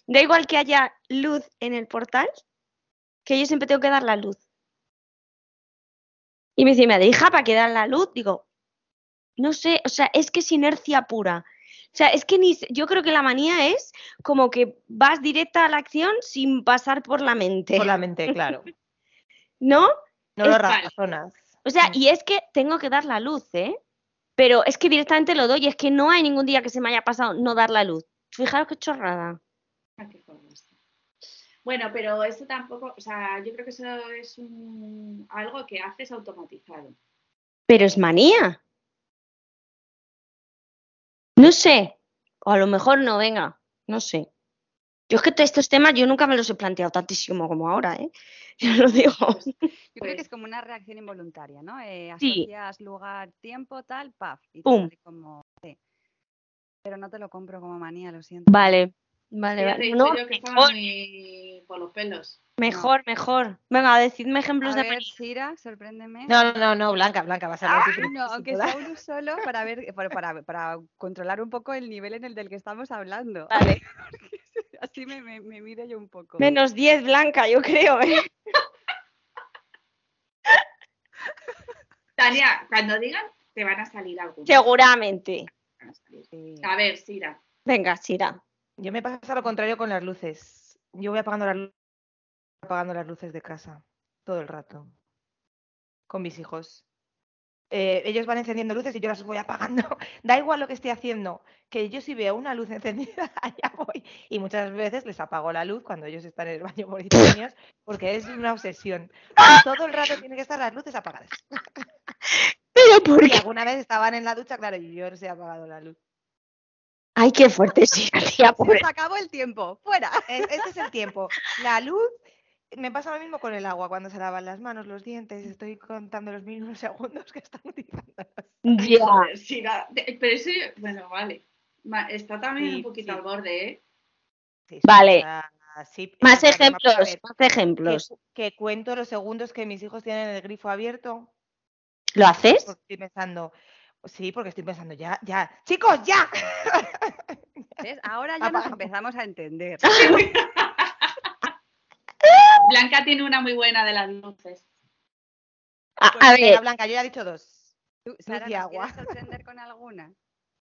Speaker 2: da igual que haya luz en el portal, que yo siempre tengo que dar la luz. Y me dice, me hija, ¿para qué dar la luz? Digo, no sé, o sea, es que es inercia pura. O sea, es que ni, se- yo creo que la manía es como que vas directa a la acción sin pasar por la mente,
Speaker 3: Por la mente, claro.
Speaker 2: ¿no?
Speaker 3: No lo
Speaker 2: Es
Speaker 3: razonas.
Speaker 2: O sea,
Speaker 3: Mm.
Speaker 2: y es que tengo que dar la luz, ¿eh? Pero es que directamente lo doy, es que no hay ningún día que se me haya pasado no dar la luz. Fijaros qué chorrada.
Speaker 1: Ah, qué jodas. Bueno, pero eso tampoco, o sea, yo creo que eso es un- algo que haces automatizado.
Speaker 2: Pero es manía. No sé. O a lo mejor no, venga. No sé. Yo es que te- estos temas yo nunca me los he planteado tantísimo como ahora, ¿eh? Yo lo digo.
Speaker 4: Yo creo que
Speaker 1: Pues-
Speaker 4: es como una reacción involuntaria, ¿no? Eh,
Speaker 2: Sí.
Speaker 4: asocias lugar, tiempo, tal, paf, y te
Speaker 2: Pum.
Speaker 4: sale como... sí. Pero no te lo compro como manía, lo siento.
Speaker 2: Vale, vale,
Speaker 1: Ya te he
Speaker 2: vale.
Speaker 1: dicho
Speaker 2: No,
Speaker 1: yo que estaba
Speaker 2: mejor,
Speaker 1: muy por los pelos.
Speaker 2: mejor, mejor. Venga, decidme ejemplos
Speaker 4: A
Speaker 2: de
Speaker 4: ver,
Speaker 2: manía.
Speaker 4: Sira, sorpréndeme.
Speaker 3: No, no, no, Blanca, Blanca, vas a hablar tú
Speaker 4: Ah, No,
Speaker 3: primero, sin
Speaker 4: aunque
Speaker 3: duda.
Speaker 4: sea uno solo para ver, para, para, para controlar un poco el nivel en el del que estamos hablando.
Speaker 2: Vale.
Speaker 4: Así me, me, me mido yo un poco.
Speaker 2: Menos 10, Blanca, yo creo, ¿eh?
Speaker 1: Tania, cuando digan, te van a salir algunos.
Speaker 2: Seguramente.
Speaker 1: Van a salir.
Speaker 4: Sí.
Speaker 1: A ver, Sira.
Speaker 2: Venga, Sira.
Speaker 3: Yo me pasa lo contrario con las luces. Yo voy apagando las, lu- apagando las luces de casa todo el rato con mis hijos. Eh, ellos van encendiendo luces y yo las voy apagando. Da igual lo que esté haciendo, que yo si veo una luz encendida, allá voy. Y muchas veces les apago la luz cuando ellos están en el baño bonitos míos, porque es una obsesión. Todo el rato tienen que estar las luces apagadas.
Speaker 2: Pero ¿por
Speaker 3: Y
Speaker 2: qué?
Speaker 3: alguna vez estaban en la ducha, claro, y yo les he apagado la luz.
Speaker 2: Ay, qué fuerte Sira, tía,
Speaker 4: Se
Speaker 2: pobre.
Speaker 4: nos acabó el tiempo, fuera.
Speaker 3: Es- Este es el tiempo. La luz, me pasa lo mismo con el agua, cuando se lavan las manos, los dientes, estoy contando los mínimos segundos que están utilizándolas.
Speaker 2: Ya.
Speaker 1: Joder, Sira. De- Pero ese, bueno, vale. Ma- Está también
Speaker 3: Sí,
Speaker 1: un poquito
Speaker 3: sí.
Speaker 1: al borde, ¿eh?
Speaker 3: Sí, sí,
Speaker 2: Vale.
Speaker 3: o sea, sí,
Speaker 2: Más
Speaker 3: o sea, que me- a
Speaker 2: ejemplos,
Speaker 3: ver,
Speaker 2: más ejemplos.
Speaker 3: Que, que cuento los segundos que mis hijos tienen el grifo abierto,
Speaker 2: ¿Lo haces?
Speaker 3: porque estoy pensando, sí, porque estoy pensando, ya, ya, chicos, ya.
Speaker 4: ¿Ves? Ahora ya nos
Speaker 3: Apagamos.
Speaker 4: empezamos a entender.
Speaker 1: Blanca tiene una muy buena de las luces.
Speaker 2: A,
Speaker 3: Pues
Speaker 2: a
Speaker 3: venga,
Speaker 2: ver,
Speaker 3: Blanca, yo ya he dicho dos.
Speaker 4: Tú, Sara,
Speaker 3: y
Speaker 4: ¿nos
Speaker 3: agua.
Speaker 4: quieres sorprender con alguna?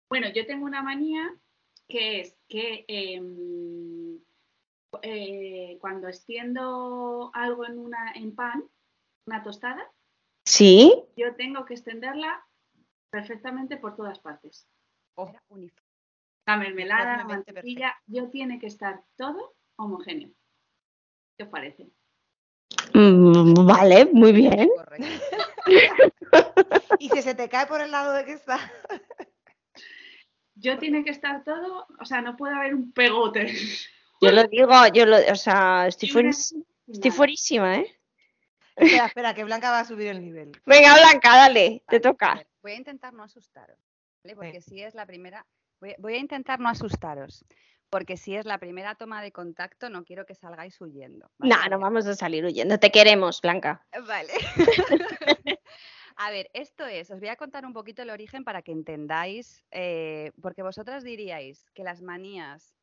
Speaker 1: Bueno, yo tengo una manía que es que em, eh, cuando extiendo algo en una en pan, una tostada,
Speaker 2: sí.
Speaker 1: yo tengo que extenderla perfectamente por todas partes.
Speaker 3: Oh,
Speaker 4: Era uniforme.
Speaker 1: La mermelada, la
Speaker 3: Uniformemente
Speaker 1: mantequilla, yo tiene que estar todo homogéneo. ¿Qué os parece?
Speaker 2: Mm, Vale, muy bien.
Speaker 4: Correcto.
Speaker 3: y si se te cae por el lado de que está. Pues
Speaker 1: Yo tiene que estar todo, o sea, no puede haber un pegote.
Speaker 2: Yo lo digo, yo lo, o sea, estoy,
Speaker 1: Y
Speaker 2: fueri-
Speaker 1: una-
Speaker 2: estoy fuerísima, ¿eh?
Speaker 3: Espera, espera, que Blanca va a subir el nivel.
Speaker 2: Venga, Blanca, dale, te
Speaker 4: Vale, a
Speaker 2: toca.
Speaker 4: ver, Voy a intentar no asustaros, ¿vale? Porque si es la primera, voy, voy a intentar no asustaros, porque si es la primera toma de contacto, no quiero que salgáis huyendo. ¿vale?
Speaker 2: No,
Speaker 4: Porque-
Speaker 2: no vamos a salir huyendo, te queremos, Blanca.
Speaker 4: Vale. A ver, esto es, os voy a contar un poquito el origen para que entendáis, eh, porque vosotras diríais que las manías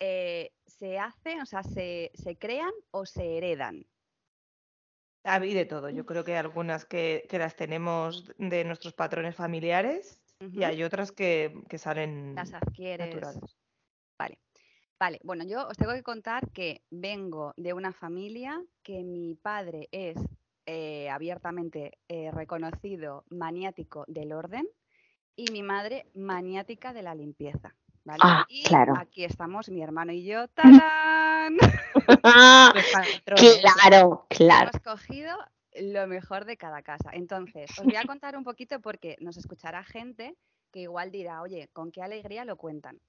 Speaker 4: eh, se hacen, o sea, se, se crean o se heredan.
Speaker 3: Ha habido Ah, de
Speaker 2: Mm.
Speaker 3: todo. Yo creo que hay algunas que, que las tenemos de nuestros patrones familiares
Speaker 4: Ujú.
Speaker 3: y hay otras que, que salen.
Speaker 4: las adquieres.
Speaker 3: naturales.
Speaker 4: Vale. Vale, bueno, yo os tengo que contar que vengo de una familia que mi padre es eh, abiertamente eh, reconocido maniático del orden y mi madre maniática de la limpieza. ¿vale?
Speaker 2: Ah,
Speaker 4: y
Speaker 2: claro.
Speaker 4: aquí estamos mi hermano y yo. ¡Tarán!
Speaker 3: Pues para otro-
Speaker 2: claro, claro.
Speaker 4: Hemos cogido lo mejor de cada casa. Entonces, os voy a contar un poquito porque nos escuchará gente que igual dirá, oye, ¿con qué alegría lo cuentan?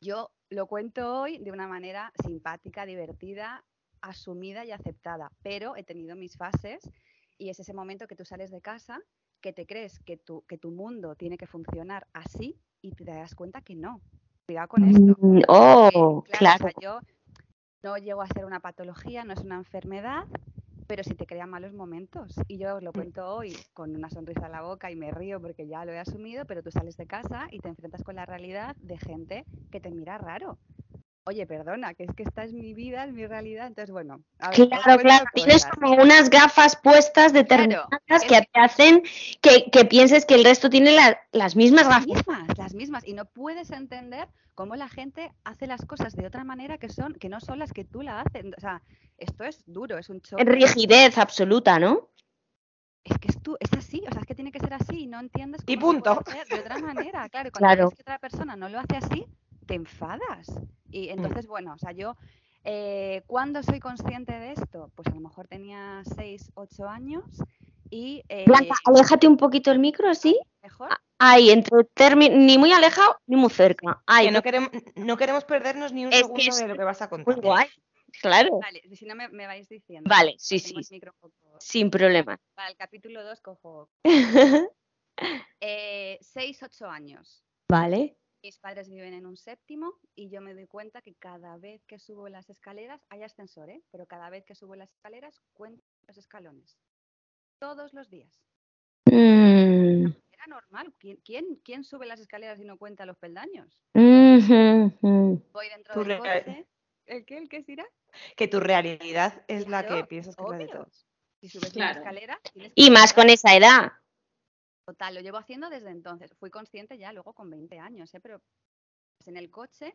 Speaker 4: Yo lo cuento hoy de una manera simpática, divertida, asumida y aceptada, pero he tenido mis fases y es ese momento que tú sales de casa, que te crees que tu, que tu mundo tiene que funcionar así y te das cuenta que no. Cuidado con esto.
Speaker 2: Mm,
Speaker 4: Porque,
Speaker 2: Oh, claro.
Speaker 4: o sea, yo no llego a ser una patología, no es una enfermedad, pero sí te crean malos momentos. Y yo os lo cuento hoy con una sonrisa en la boca y me río porque ya lo he asumido, pero tú sales de casa y te enfrentas con la realidad de gente que te mira raro. Oye, perdona, que es que esta es mi vida, es mi realidad. Entonces, bueno, a ver, os
Speaker 2: Claro,
Speaker 4: cuento
Speaker 2: claro. Tienes
Speaker 4: cosas.
Speaker 2: como unas gafas puestas determinadas
Speaker 4: Claro, es
Speaker 2: que te hacen que, que pienses que el resto tiene la- las mismas gafas.
Speaker 4: las mismas, las mismas. Y no puedes entender cómo la gente hace las cosas de otra manera que son, que no son las que tú la haces. O sea, esto es duro, es un choque.
Speaker 2: Rigidez absoluta, ¿no?
Speaker 4: es que es, tú, es así, o sea, es que tiene que ser así y no entiendes
Speaker 3: Y
Speaker 4: cómo se puede
Speaker 3: punto.
Speaker 4: hacer de otra manera. Claro, y cuando
Speaker 2: Claro.
Speaker 4: ves que otra persona no lo hace así, te enfadas.
Speaker 3: Mm.
Speaker 4: Y entonces, bueno, o sea, yo, eh, ¿cuándo soy consciente de esto? Pues a lo mejor tenía 6, 8 años y... eh,
Speaker 2: Blanca, aléjate un poquito el micro, ¿sí? Ah, oh.
Speaker 4: Mejor.
Speaker 2: Ahí, entre termi- ni muy alejado ni muy cerca. Ahí,
Speaker 3: Que no, queremos, no queremos perdernos ni un
Speaker 2: Es que
Speaker 3: segundo
Speaker 2: es
Speaker 3: de lo que vas a contar. ¿eh?
Speaker 2: muy guay. Claro.
Speaker 4: Vale, si no me, me vais diciendo.
Speaker 2: Vale, sí, sí,
Speaker 4: Hacemos micro un poco.
Speaker 2: sin problema.
Speaker 4: Para el capítulo 2 cojo 6, 8 años.
Speaker 2: Vale.
Speaker 4: Mis padres viven en un séptimo y yo me doy cuenta que cada vez que subo las escaleras, hay ascensor, ¿eh? pero cada vez que subo las escaleras, cuento los escalones. Todos los días.
Speaker 2: Mm,
Speaker 4: Era normal. ¿Quién, quién, quién sube las escaleras y no cuenta los peldaños?
Speaker 2: mhm, mm.
Speaker 4: Voy dentro
Speaker 3: Tú
Speaker 4: del
Speaker 3: re-
Speaker 4: coche. ¿El qué? ¿El qué será?
Speaker 3: Que tu realidad es la que
Speaker 4: Claro,
Speaker 3: piensas que es la de
Speaker 4: Obvio.
Speaker 3: todos.
Speaker 4: Si subes
Speaker 1: Claro.
Speaker 4: una escalera, tienes que
Speaker 2: Y más con esa edad.
Speaker 4: Total, lo llevo haciendo desde entonces. Fui consciente ya luego con 20 años, ¿eh? pero pues, en el coche,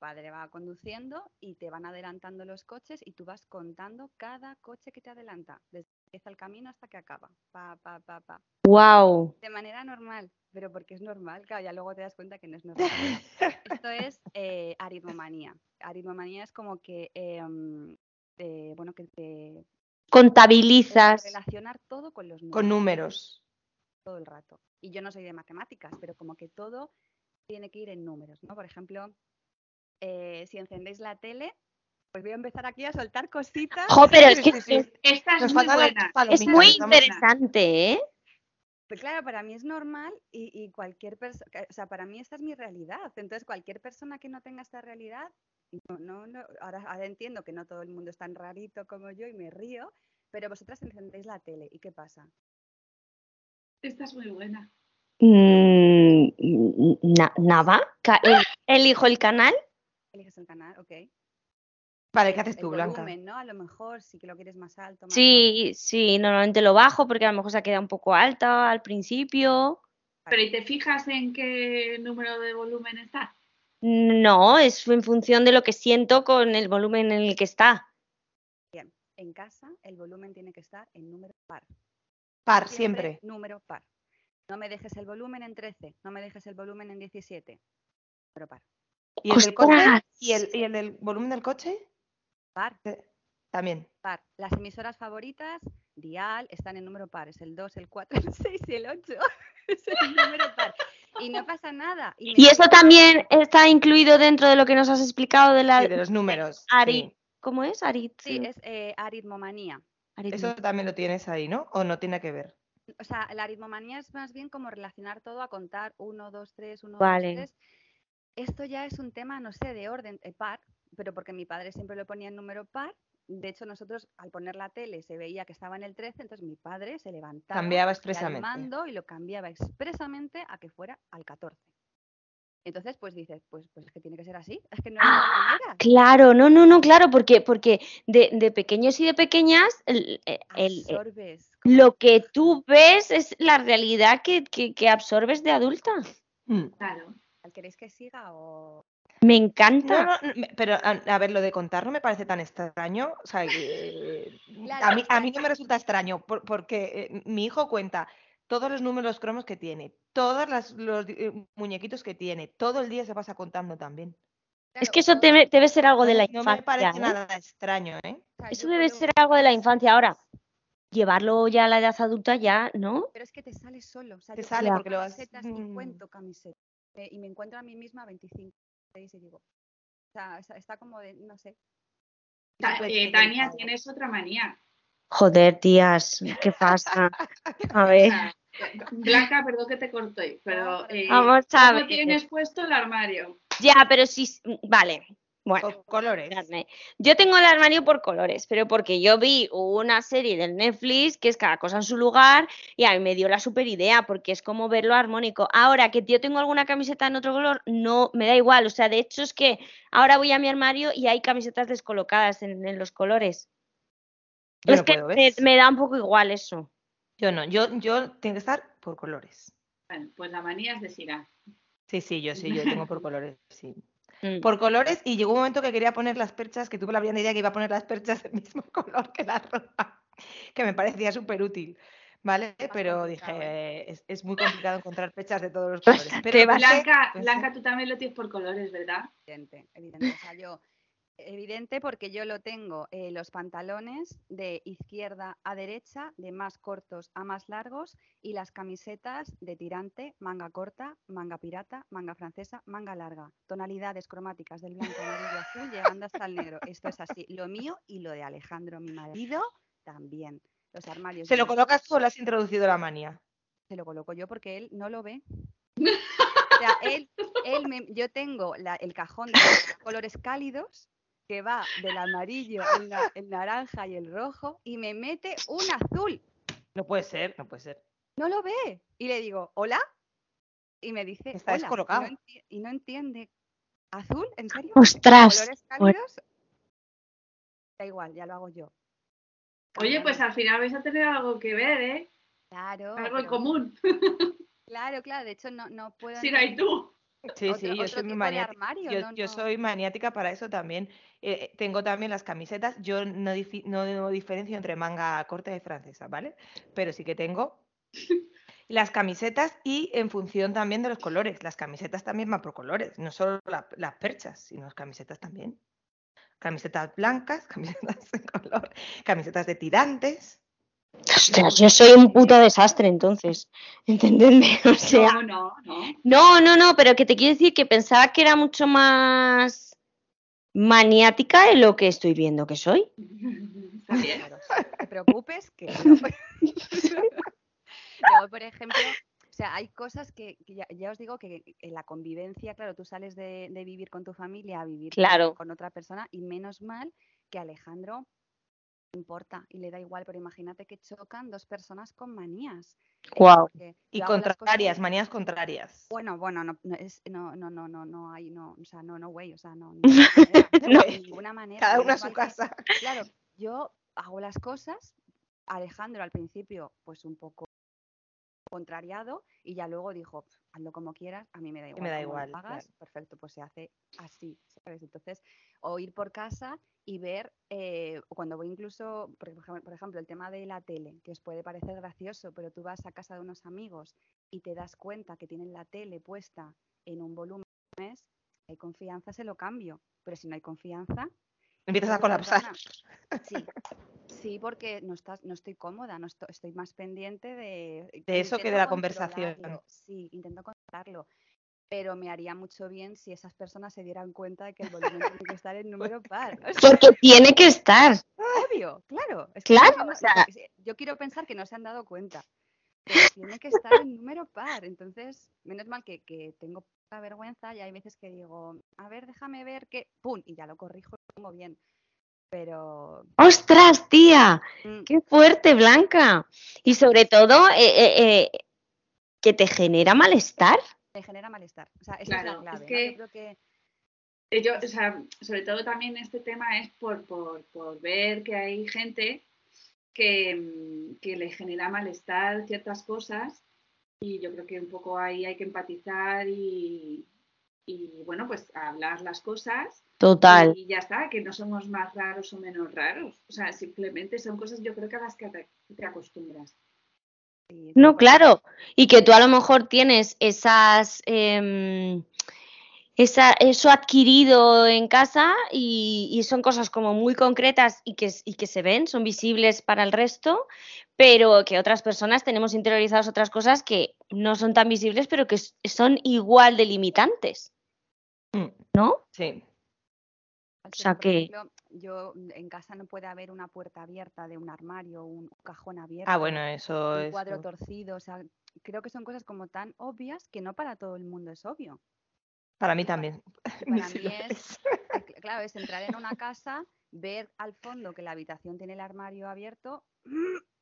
Speaker 4: padre va conduciendo y te van adelantando los coches y tú vas contando cada coche que te adelanta, desde que empieza el camino hasta que acaba. Pa, pa, pa, pa.
Speaker 2: Wow.
Speaker 4: De manera normal, pero porque es normal, claro, ya luego te das cuenta que no es normal. Esto es eh, aritmomanía. Aritmomanía es como que, eh, mm, eh, bueno, que te
Speaker 2: Contabilizas.
Speaker 4: relacionar todo con los
Speaker 3: Con
Speaker 4: números
Speaker 3: números.
Speaker 4: todo el rato. Y yo no soy de matemáticas, pero como que todo tiene que ir en números, ¿no? Por ejemplo, eh, si encendéis la tele, pues voy a empezar aquí a soltar cositas.
Speaker 2: Jo, pero es
Speaker 3: Sí,
Speaker 2: que
Speaker 3: sí, sí.
Speaker 1: Esta es
Speaker 3: Nos
Speaker 1: muy
Speaker 3: falta la
Speaker 1: buena.
Speaker 2: es
Speaker 3: palomita,
Speaker 2: muy
Speaker 3: estamos-
Speaker 2: interesante, ¿eh?
Speaker 4: Pero pues claro, para mí es normal y, y cualquier persona, o sea, para mí esta es mi realidad. Entonces, cualquier persona que no tenga esta realidad, no, no, no- ahora, ahora entiendo que no todo el mundo es tan rarito como yo y me río, pero vosotras encendéis la tele y ¿qué pasa?
Speaker 1: Esta es muy buena.
Speaker 2: Mm, na- nada. Ca- el- elijo el canal.
Speaker 4: Eliges el canal, ok.
Speaker 3: Vale, ¿qué haces
Speaker 4: El
Speaker 3: tú, Blanca?
Speaker 4: volumen, ¿no? A lo mejor sí que lo quieres más alto. Más bajo.
Speaker 2: Sí, sí, normalmente lo bajo porque a lo mejor se queda un poco alta al principio.
Speaker 1: Pero ¿y te fijas en qué número de volumen está?
Speaker 2: No, es en función de lo que siento con el volumen en el que está.
Speaker 4: en casa el volumen tiene que estar en número par.
Speaker 3: Par, siempre.
Speaker 4: Número par. No me dejes el volumen en 13, no me dejes el volumen en 17. Número par.
Speaker 3: ¿Y el del coche?
Speaker 2: ¡Ostras!
Speaker 3: ¿Y el, y el del volumen del coche? eh,
Speaker 4: Par,
Speaker 3: También.
Speaker 4: par. Las emisoras favoritas, dial, están en número par. Es el 2, el 4, el 6 y el 8. Es el número par. Y no pasa nada. me
Speaker 2: Y eso
Speaker 4: dices,
Speaker 2: también está incluido dentro de lo que nos has explicado de la...
Speaker 3: Sí, de los números.
Speaker 2: Ari.
Speaker 3: sí.
Speaker 2: ¿Cómo es? Arit.
Speaker 4: Sí, es eh, aritmomanía.
Speaker 2: aritmo.
Speaker 3: Eso también lo tienes ahí, ¿no? ¿O no tiene que ver?
Speaker 4: O sea, la aritmomanía es más bien como relacionar todo a contar 1, 2, 3, 1,
Speaker 2: Vale.
Speaker 4: 2, 3. Esto ya es un tema, no sé, de orden eh, par, pero porque mi padre siempre lo ponía en número par. De hecho, nosotros al poner la tele se veía que estaba en el 13, entonces mi padre se levantaba
Speaker 3: Cambiaba
Speaker 4: cogía el
Speaker 3: expresamente.
Speaker 4: mando y lo cambiaba expresamente a que fuera al 14. Entonces, pues dices, pues, pues es que tiene que ser así, es que no hay otra
Speaker 2: Ah,
Speaker 4: manera.
Speaker 2: Claro, no, no, no, claro, porque, porque de, de pequeños y de pequeñas el- el- el- eh
Speaker 4: Absorbes. como-
Speaker 2: lo que tú ves es la realidad que, que- que absorbes de adulta.
Speaker 3: Mm.
Speaker 1: Claro.
Speaker 4: ¿Queréis que siga o...?
Speaker 2: Me
Speaker 3: No,
Speaker 2: encanta.
Speaker 3: no, no, me- pero a, a ver, lo de contar no me parece tan extraño. O sea, que, eh,
Speaker 4: Claro,
Speaker 3: a, mí,
Speaker 4: o sea,
Speaker 3: a mí no me resulta extraño por- porque eh, mi hijo cuenta todos los números cromos que tiene, todos las- los eh, muñequitos que tiene, todo el día se pasa contando también.
Speaker 2: Es que eso debe, debe ser algo de la
Speaker 3: no
Speaker 2: infancia.
Speaker 3: me parece
Speaker 2: ¿eh?
Speaker 3: nada extraño, ¿eh?
Speaker 2: Eso debe ser algo de la infancia. Ahora, llevarlo ya a la edad adulta ya, ¿no?
Speaker 4: Pero es que te sale solo. O sea,
Speaker 3: Te
Speaker 4: yo
Speaker 3: sale
Speaker 4: cuento
Speaker 3: porque lo has-
Speaker 4: camisetas
Speaker 3: mm.
Speaker 4: y cuento camisetas. eh, y me encuentro a mí misma a 25, 26 y digo. O sea, está, está como de, no sé.
Speaker 1: Ta-
Speaker 3: Pues,
Speaker 1: eh,
Speaker 3: ¿qué
Speaker 1: Tania,
Speaker 3: tal?
Speaker 1: tienes otra manía.
Speaker 2: Joder, tías, ¿qué pasa? A ver,
Speaker 1: Ah, Blanca, perdón que te corté, pero eh,
Speaker 2: vamos a
Speaker 1: ¿cómo
Speaker 2: ver.
Speaker 1: tienes puesto el armario?
Speaker 2: Ya, pero sí, vale. Bueno,
Speaker 3: Con colores.
Speaker 2: Espérate. Yo tengo el armario por colores, pero porque yo vi una serie del Netflix que es cada cosa en su lugar y a mí me dio la super idea porque es como verlo armónico. Ahora que yo tengo alguna camiseta en otro color, no me da igual. O sea, de hecho es que ahora voy a mi armario y hay camisetas descolocadas en, en los colores.
Speaker 3: Yo
Speaker 2: es
Speaker 3: no
Speaker 2: que
Speaker 3: puedo,
Speaker 2: me,
Speaker 3: ¿ves?
Speaker 2: me da un poco igual eso.
Speaker 3: Yo no, yo, yo tengo que estar por colores.
Speaker 1: Bueno, pues la manía es de Sira.
Speaker 3: Sí, sí, yo sí, yo tengo por colores, sí.
Speaker 2: Mm.
Speaker 3: Por colores, y llegó un momento que quería poner las perchas, que tuve la brillante idea que iba a poner las perchas del mismo color que la ropa, que me parecía súper útil, ¿vale? Pero dije,
Speaker 4: complicado,
Speaker 3: es, es muy complicado encontrar perchas de todos los colores. Pero
Speaker 2: Te
Speaker 3: no
Speaker 2: vas-
Speaker 3: sé,
Speaker 1: Blanca,
Speaker 2: pues
Speaker 3: no sé.
Speaker 1: Blanca, tú también lo tienes por colores, ¿verdad?
Speaker 4: Evidente, evidente. O sea, yo, evidente porque yo lo tengo eh, los pantalones de izquierda a derecha, de más cortos a más largos, y las camisetas de tirante, manga corta, manga pirata, manga francesa, manga larga. Tonalidades cromáticas del blanco, amarillo, azul, llegando hasta el negro. Esto es así. Lo mío y lo de Alejandro, mi marido, también. Los armarios.
Speaker 3: ¿Se
Speaker 4: de
Speaker 3: lo
Speaker 4: los-
Speaker 3: colocas tú o le has introducido la manía?
Speaker 4: se lo coloco yo porque él no lo ve. O sea, él, él me- yo tengo la- el cajón de colores cálidos que va del amarillo, el, na- el naranja y el rojo y me mete un azul.
Speaker 3: No puede ser, no puede ser.
Speaker 4: No lo ve. Y le digo, hola. Y me dice,
Speaker 3: Está
Speaker 4: "Hola",
Speaker 3: descolocado.
Speaker 4: Y no, enti- y no entiende. ¿Azul? ¿En serio?
Speaker 2: Ostras.
Speaker 4: ¿Colores
Speaker 2: bueno.
Speaker 4: cálidos? Da igual, ya lo hago yo.
Speaker 1: Oye, pues al final vais a tener algo que ver, ¿eh?
Speaker 2: Oh,
Speaker 4: Claro,
Speaker 1: Algo en
Speaker 4: pero-
Speaker 1: común,
Speaker 4: claro, claro. De hecho, no, no puedo.
Speaker 1: Sira y
Speaker 4: entender
Speaker 1: tú.
Speaker 3: Sí,
Speaker 4: otro-
Speaker 3: sí, yo
Speaker 4: otro
Speaker 3: soy muy
Speaker 4: tipo de
Speaker 3: maniática.
Speaker 4: armario,
Speaker 3: Yo,
Speaker 4: no-
Speaker 3: yo
Speaker 4: no-
Speaker 3: soy maniática para eso también. Eh, tengo también las camisetas. Yo no, difi- no- no diferencio entre manga corta y francesa, ¿vale? Pero sí que tengo las camisetas y en función también de los colores. Las camisetas también van por colores, no solo la- las perchas, sino las camisetas también. Camisetas blancas, camisetas de color, camisetas de tirantes.
Speaker 2: Ostras, yo soy un puto desastre entonces. Entendedme. O sea,
Speaker 1: No, no, no.
Speaker 2: No, no, no, pero que te quiero decir que pensaba que era mucho más maniática de lo que estoy viendo que soy.
Speaker 1: Está bien.
Speaker 4: te preocupes que no. Yo, por ejemplo, o sea, hay cosas que, que ya, ya os digo que en la convivencia, claro, tú sales de, de vivir con tu familia a vivir con-
Speaker 2: Claro.
Speaker 4: con otra persona y menos mal que a Alejandro le importa y le da igual, pero imagínate que chocan dos personas con manías. eh,
Speaker 2: Guau.
Speaker 4: porque
Speaker 3: Y
Speaker 4: yo hago las cosas-
Speaker 3: contrarias, manías contrarias.
Speaker 4: Bueno, bueno, no, no, es, no, no, no, no, no hay, no, o sea, no, no, güey, o sea, no, no,
Speaker 2: No.
Speaker 4: de ninguna manera.
Speaker 3: Pues, Cada
Speaker 4: menos
Speaker 3: una a su
Speaker 4: mal que-
Speaker 3: casa.
Speaker 4: Claro, yo hago las cosas, Alejandro al principio pues un poco contrariado y ya luego dijo, "Pf, hazlo como quieras, a mí me da igual.
Speaker 3: da
Speaker 4: cómo lo
Speaker 3: igual,
Speaker 4: hagas, perfecto, pues se hace así, ¿sabes? Entonces, o ir por casa y ver, eh, o cuando voy incluso, por ejemplo, por ejemplo, el tema de la tele, que os puede parecer gracioso, pero tú vas a casa de unos amigos y te das cuenta que tienen la tele puesta en un volumen, hay confianza, se lo cambio, pero si no hay confianza,
Speaker 3: Empiezas a
Speaker 4: Otra
Speaker 3: colapsar.
Speaker 4: persona. Sí, sí, porque no, estás, no estoy cómoda, no esto- estoy, más pendiente de...
Speaker 3: De eso que de
Speaker 4: intento
Speaker 3: la conversación.
Speaker 4: controlarlo, Sí, intento controlarlo, pero me haría mucho bien si esas personas se dieran cuenta de que el volumen tiene que estar en número par. O sea,
Speaker 2: Porque tiene que estar.
Speaker 4: obvio, claro. es que
Speaker 2: Claro,
Speaker 4: no
Speaker 2: o
Speaker 4: sé, no-
Speaker 2: sea-
Speaker 4: sí, Yo quiero pensar que no se han dado cuenta, pero tiene que estar en número par. Entonces, menos mal que, que tengo poca vergüenza y hay veces que digo, a ver, déjame ver que... ¡Pum! Y ya lo corrijo y lo pongo bien. Pero
Speaker 2: ¡Ostras, tía!
Speaker 4: Mm,
Speaker 2: ¡Qué fuerte, Blanca! Y sobre todo, eh, eh, eh, que te genera malestar.
Speaker 4: me genera malestar. O sea, esa es
Speaker 1: Claro,
Speaker 4: la
Speaker 1: es
Speaker 4: clave. ¿no?
Speaker 1: que-
Speaker 4: Yo creo que
Speaker 1: Eh, yo, o sea, sobre todo también este tema es por, por, por ver que hay gente que, mm, que le genera malestar ciertas cosas y yo creo que un poco ahí hay que empatizar y, y bueno, pues hablar las cosas
Speaker 2: Total.
Speaker 1: Y ya está, que no somos más raros o menos raros. O sea, simplemente son cosas yo creo que a las que te, te acostumbras.
Speaker 2: No, claro. Y que tú a lo mejor tienes esas, eh, esa, eso adquirido en casa y, y, son cosas como muy concretas y que, y que se ven, son visibles para el resto, pero que otras personas tenemos interiorizadas otras cosas que no son tan visibles, pero que son igual de limitantes. ¿No?
Speaker 3: Mm, Sí.
Speaker 2: O sea
Speaker 4: Por
Speaker 2: que-
Speaker 4: ejemplo, yo mm, en casa no puede haber una puerta abierta de un armario, un cajón abierto.
Speaker 3: Ah, bueno, eso
Speaker 4: un
Speaker 3: es.
Speaker 4: cuadro torcido, o sea, creo que son cosas como tan obvias que no para todo el mundo es obvio.
Speaker 3: Para mí también.
Speaker 4: Para mí
Speaker 3: sí lo
Speaker 4: es- Eh, cl- Claro, es entrar en una casa, ver al fondo que la habitación tiene el armario abierto.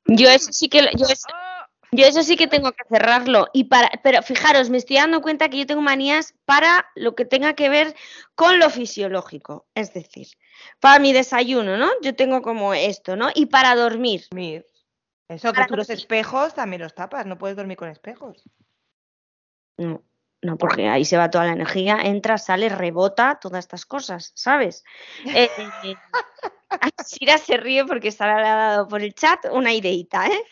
Speaker 2: Yo eso sí que, yo eso-
Speaker 4: ¡Ah!
Speaker 2: Yo eso sí que tengo que cerrarlo. Y para, pero fijaros, me estoy dando cuenta que yo tengo manías para lo que tenga que ver con lo fisiológico. Es decir, para mi desayuno, ¿no? Yo tengo como esto, ¿no? Y para dormir.
Speaker 3: Dormir. Eso, que
Speaker 2: Para
Speaker 3: tú los espejos también los tapas, no puedes dormir con espejos.
Speaker 2: No, no, porque ahí se va toda la energía, entra, sale, rebota, todas estas cosas, ¿sabes? Eh, Sira se ríe porque Sara le ha dado por el chat una ideita, ¿eh?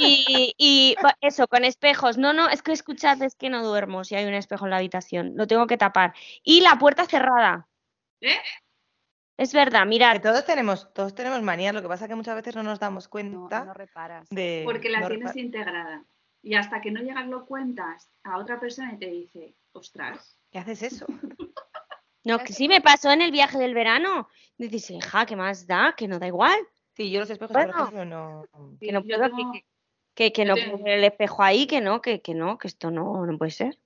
Speaker 2: Y, y, va- eso, con espejos. No, no, es que escuchad, es que no duermo si hay un espejo en la habitación. Lo tengo que tapar. Y la puerta cerrada.
Speaker 1: ¿Eh?
Speaker 2: Es verdad, mirad.
Speaker 3: Que todos tenemos, todos tenemos manías, lo que pasa que muchas veces no nos damos
Speaker 4: No,
Speaker 3: cuenta
Speaker 4: no reparas.
Speaker 3: de.
Speaker 1: Porque la
Speaker 3: no
Speaker 1: tienes
Speaker 3: repa-
Speaker 1: integrada. Y hasta que no llegas lo cuentas a otra persona y te dice, ostras,
Speaker 3: ¿Qué haces eso?
Speaker 2: No, que sí me pasó en el viaje del verano. Dices, hija, ¿qué más da? Que no da igual.
Speaker 3: Sí, yo los espejos,
Speaker 2: Bueno.
Speaker 3: por ejemplo, no.
Speaker 1: sí,
Speaker 2: Que no
Speaker 1: yo
Speaker 2: puedo,
Speaker 1: tengo-
Speaker 2: que, que, que
Speaker 1: yo
Speaker 2: no
Speaker 1: tengo-
Speaker 2: puedo ver el espejo ahí, que no, que, que no, que esto no, no puede ser.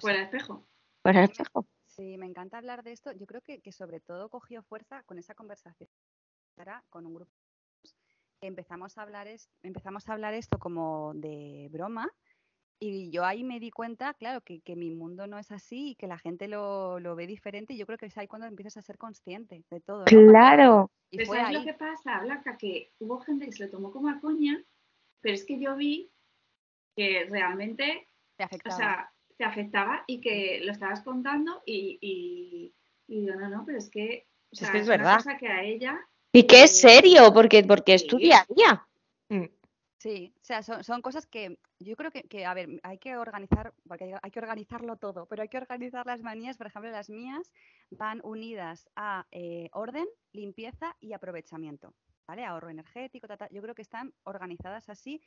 Speaker 1: fuera de espejo.
Speaker 2: Fuera el espejo.
Speaker 4: Sí, me encanta hablar de esto. Yo creo que, que sobre todo cogió fuerza con esa conversación Sara, con un grupo. que Empezamos a hablar es, empezamos a hablar esto como de broma y yo ahí me di cuenta, claro, que, que mi mundo no es así y que la gente lo, lo ve diferente y yo creo que es ahí cuando empiezas a ser consciente de todo. ¿no?
Speaker 2: Claro.
Speaker 4: Y
Speaker 1: Pero
Speaker 4: fue
Speaker 1: ¿Sabes
Speaker 4: ahí.
Speaker 1: lo que pasa, Blanca? Que hubo gente que se lo tomó como a coña, pero es que yo vi que realmente
Speaker 4: Te
Speaker 1: o
Speaker 4: afectaba.
Speaker 1: sea, te afectaba y que lo estabas contando y, y, y yo, no, no, pero es que, o
Speaker 3: Es
Speaker 1: sea,
Speaker 3: que es
Speaker 1: una
Speaker 3: verdad.
Speaker 1: cosa que a ella,
Speaker 2: Y que es serio, porque, porque es tu
Speaker 1: Sí.
Speaker 2: día a día.
Speaker 3: Mm.
Speaker 4: Sí, o sea, son, son cosas que yo creo que, que, a ver, hay que organizar, porque hay, hay que organizarlo todo, pero hay que organizar las manías, por ejemplo, las mías van unidas a eh, orden, limpieza y aprovechamiento, ¿vale? Ahorro energético, ta, ta, yo creo que están organizadas así,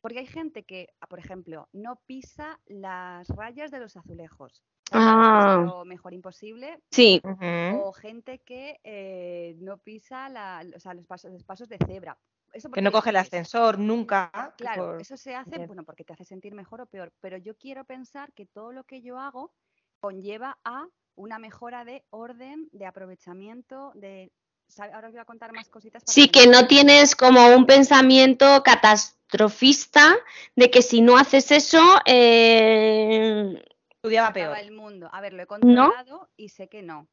Speaker 4: porque hay gente que, ah, por ejemplo, no pisa las rayas de los azulejos,
Speaker 2: Ah.
Speaker 4: es lo mejor imposible,
Speaker 2: Sí,
Speaker 3: Mm, Ujú.
Speaker 4: o gente que eh, no pisa la- o sea, los, pasos, los pasos de cebra. Eso
Speaker 3: Que
Speaker 4: porque
Speaker 3: no coge el
Speaker 4: dices,
Speaker 3: ascensor nunca.
Speaker 4: Claro,
Speaker 3: por-
Speaker 4: eso se hace,
Speaker 3: Bien.
Speaker 4: bueno, porque te hace sentir mejor o peor, pero yo quiero pensar que todo lo que yo hago conlleva a una mejora de orden, de aprovechamiento, de... ¿sabe? Ahora os voy a contar más cositas. para
Speaker 2: Sí, que no tienes como un pensamiento catastrofista de que si no haces eso, eh,
Speaker 3: Tu día va
Speaker 4: se acaba
Speaker 3: peor.
Speaker 4: el mundo. A ver, lo he controlado y sé que no.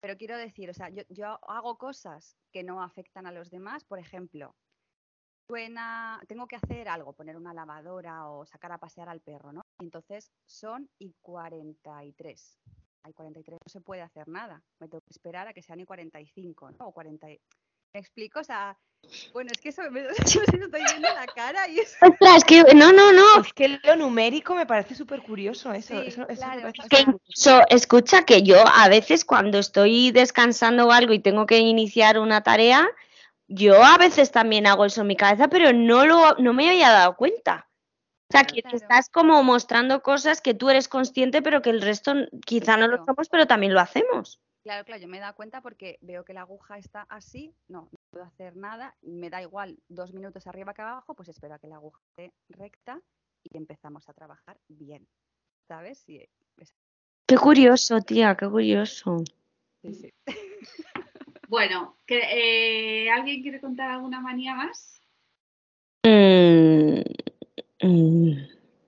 Speaker 4: Pero quiero decir, o sea, yo, yo hago cosas que no afectan a los demás, por ejemplo, suena, tengo que hacer algo, poner una lavadora o sacar a pasear al perro, ¿no? Y Entonces son y 43. Hay 43, no se puede hacer nada. Me tengo que esperar a que sean y 45, ¿no? O 40. y- ¿Me explico? O sea, bueno, es que eso me, yo sí estoy viendo la cara y es
Speaker 2: ostras, que no, no, no,
Speaker 3: Es que lo numérico me parece súper curioso. Eso,
Speaker 4: Sí,
Speaker 3: eso, eso me
Speaker 4: claro,
Speaker 3: parece
Speaker 4: es
Speaker 2: que
Speaker 3: súper
Speaker 4: que-
Speaker 3: curioso.
Speaker 2: incluso escucha que yo a veces cuando estoy descansando o algo y tengo que iniciar una tarea, yo a veces también hago eso en mi cabeza, pero no lo, no me había dado cuenta. O sea, que te
Speaker 4: Claro.
Speaker 2: estás como mostrando cosas que tú eres consciente, pero que el resto n- quizá no lo
Speaker 4: Claro.
Speaker 2: somos, pero también lo hacemos.
Speaker 4: Claro, claro, yo me he dado cuenta porque veo que la aguja está así, no, no puedo hacer nada, me da igual dos minutos arriba que abajo, pues espero a que la aguja esté recta y empezamos a trabajar bien, ¿sabes? Y, eh, es-
Speaker 2: Qué curioso, tía, qué curioso.
Speaker 4: sí, sí.
Speaker 1: Bueno, que, eh, ¿alguien quiere contar alguna manía más?
Speaker 2: Mm, mm.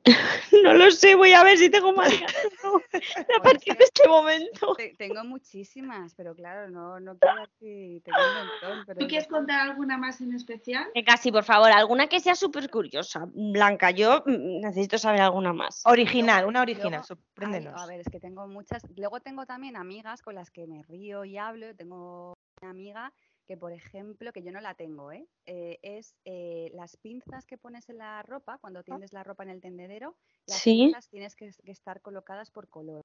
Speaker 2: No lo sé, voy a ver si tengo manía. A
Speaker 4: Bueno,
Speaker 2: partir de
Speaker 4: es que
Speaker 2: este momento.
Speaker 4: te- tengo muchísimas, pero claro, no, no quiero aquí, tengo un montón, pero
Speaker 1: ¿Tú
Speaker 4: yo
Speaker 1: quieres
Speaker 4: creo-
Speaker 1: contar alguna más en especial?
Speaker 2: Venga, sí, por favor, alguna que sea súper curiosa. Blanca, yo mm, necesito saber alguna más.
Speaker 3: Original, una
Speaker 4: luego-
Speaker 3: original,
Speaker 4: Ay,
Speaker 3: sorpréndenos.
Speaker 4: a ver, es que tengo muchas. Luego tengo también amigas con las que me río y hablo. Tengo una amiga que por ejemplo, que yo no la tengo, ¿eh? Eh, es eh, las pinzas que pones en la ropa, cuando tiendes la ropa en el tendedero, las
Speaker 2: Sí.
Speaker 4: pinzas tienes que, que estar colocadas por color.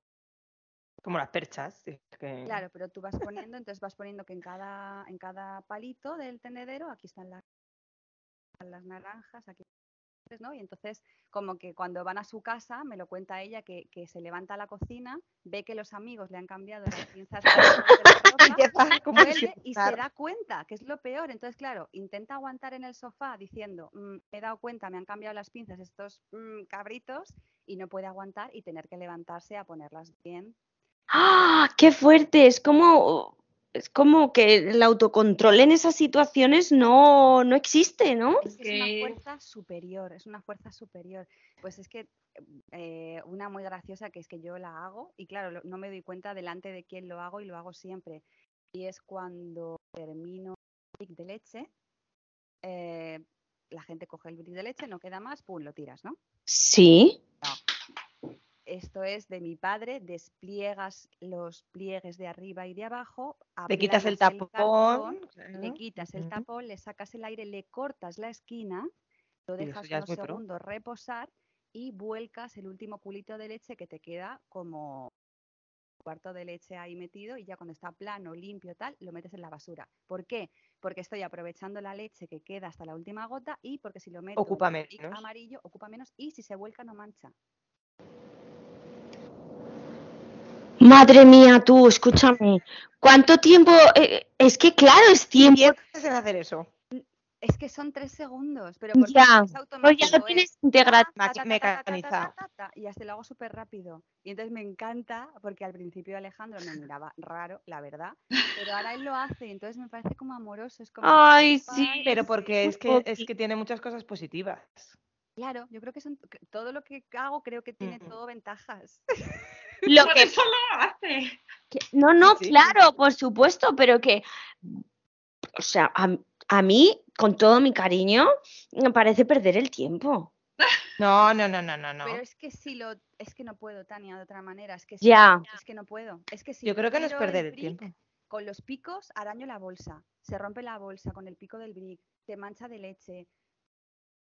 Speaker 3: Como las perchas. sí, es que-
Speaker 4: Claro, pero tú vas poniendo, entonces vas poniendo que en cada, en cada palito del tendedero, aquí están las, las naranjas, aquí ¿no? Y entonces, como que cuando van a su casa, me lo cuenta ella, que, que se levanta a la cocina, ve que los amigos le han cambiado las pinzas de la ropa,
Speaker 3: Empieza como a
Speaker 4: vuelve y se
Speaker 3: disfrutar.
Speaker 4: da cuenta, que es lo peor. Entonces, claro, intenta aguantar en el sofá diciendo, "Mm, me he dado cuenta, me han cambiado las pinzas estos mm, cabritos, y no puede aguantar y tener que levantarse a ponerlas bien.
Speaker 2: ¡Ah! ¡Qué fuerte! Es como, es como que el autocontrol en esas situaciones no, no existe, ¿no?
Speaker 4: Es que es
Speaker 1: que-
Speaker 4: una fuerza superior, es una fuerza superior. Pues es que eh, una muy graciosa que es que yo la hago y claro, lo- no me doy cuenta delante de quién lo hago y lo hago siempre. Y es cuando termino el brick de leche, eh, la gente coge el brick de leche, no queda más, pum, lo tiras, ¿no?
Speaker 2: Sí.
Speaker 4: Esto es de mi padre, despliegas los pliegues de arriba y de abajo,
Speaker 3: Le quitas el
Speaker 4: aplanas
Speaker 3: tapón.
Speaker 4: cartón, le
Speaker 3: claro.
Speaker 4: quitas el
Speaker 3: Ujú.
Speaker 4: tapón, le sacas el aire, le cortas la esquina, lo
Speaker 3: Sí, eso
Speaker 4: dejas
Speaker 3: ya es
Speaker 4: unos
Speaker 3: muy pro.
Speaker 4: segundos reposar y vuelcas el último culito de leche que te queda como cuarto de leche ahí metido y ya cuando está plano, limpio, tal, lo metes en la basura. ¿Por qué? Porque estoy aprovechando la leche que queda hasta la última gota y porque si lo meto en
Speaker 3: Ocupa
Speaker 4: brick
Speaker 3: menos.
Speaker 4: amarillo ocupa menos y si se vuelca no mancha.
Speaker 2: Madre mía, tú, escúchame. ¿Cuánto tiempo? Eh, es que claro, es tiempo.
Speaker 3: Pierdes en hacer eso.
Speaker 4: Es que son tres segundos, pero porque
Speaker 2: Ya,
Speaker 4: es
Speaker 2: Pues ya
Speaker 4: automático, ¿eh?
Speaker 2: lo
Speaker 4: es-
Speaker 2: tienes integrado.
Speaker 4: ta, ta, ta, ta, ta, ta, ta,
Speaker 3: mecanizado.
Speaker 4: ta, ta, Y hasta lo hago súper rápido. Y entonces me encanta, porque al principio Alejandro me miraba raro, la verdad, pero ahora él lo hace y entonces me parece como amoroso. Es como,
Speaker 2: Ay, sí.
Speaker 4: "Ay,
Speaker 3: Pero porque es que, es
Speaker 2: poquito.
Speaker 3: que tiene muchas cosas positivas.
Speaker 4: Claro, yo creo que son, que todo lo que hago creo que tiene
Speaker 3: Mm.
Speaker 4: todo ventajas.
Speaker 2: Lo
Speaker 1: Por
Speaker 2: que
Speaker 1: eso lo hace.
Speaker 2: Que- No, no,
Speaker 3: sí, sí,
Speaker 2: claro, por supuesto, pero que, o sea, a, m- a mí, con todo mi cariño, me parece perder el tiempo.
Speaker 3: No, no, no, no, no, no.
Speaker 4: Pero es que si lo, es que no puedo, Tania, de otra manera. Es que si-
Speaker 2: Ya.
Speaker 4: es que no puedo. Es que si
Speaker 3: Yo
Speaker 4: lo
Speaker 3: creo que no es
Speaker 4: tiro el
Speaker 3: perder el
Speaker 4: brick,
Speaker 3: tiempo.
Speaker 4: Con los picos araño la bolsa. Se rompe la bolsa con el pico del brick. Te mancha de leche.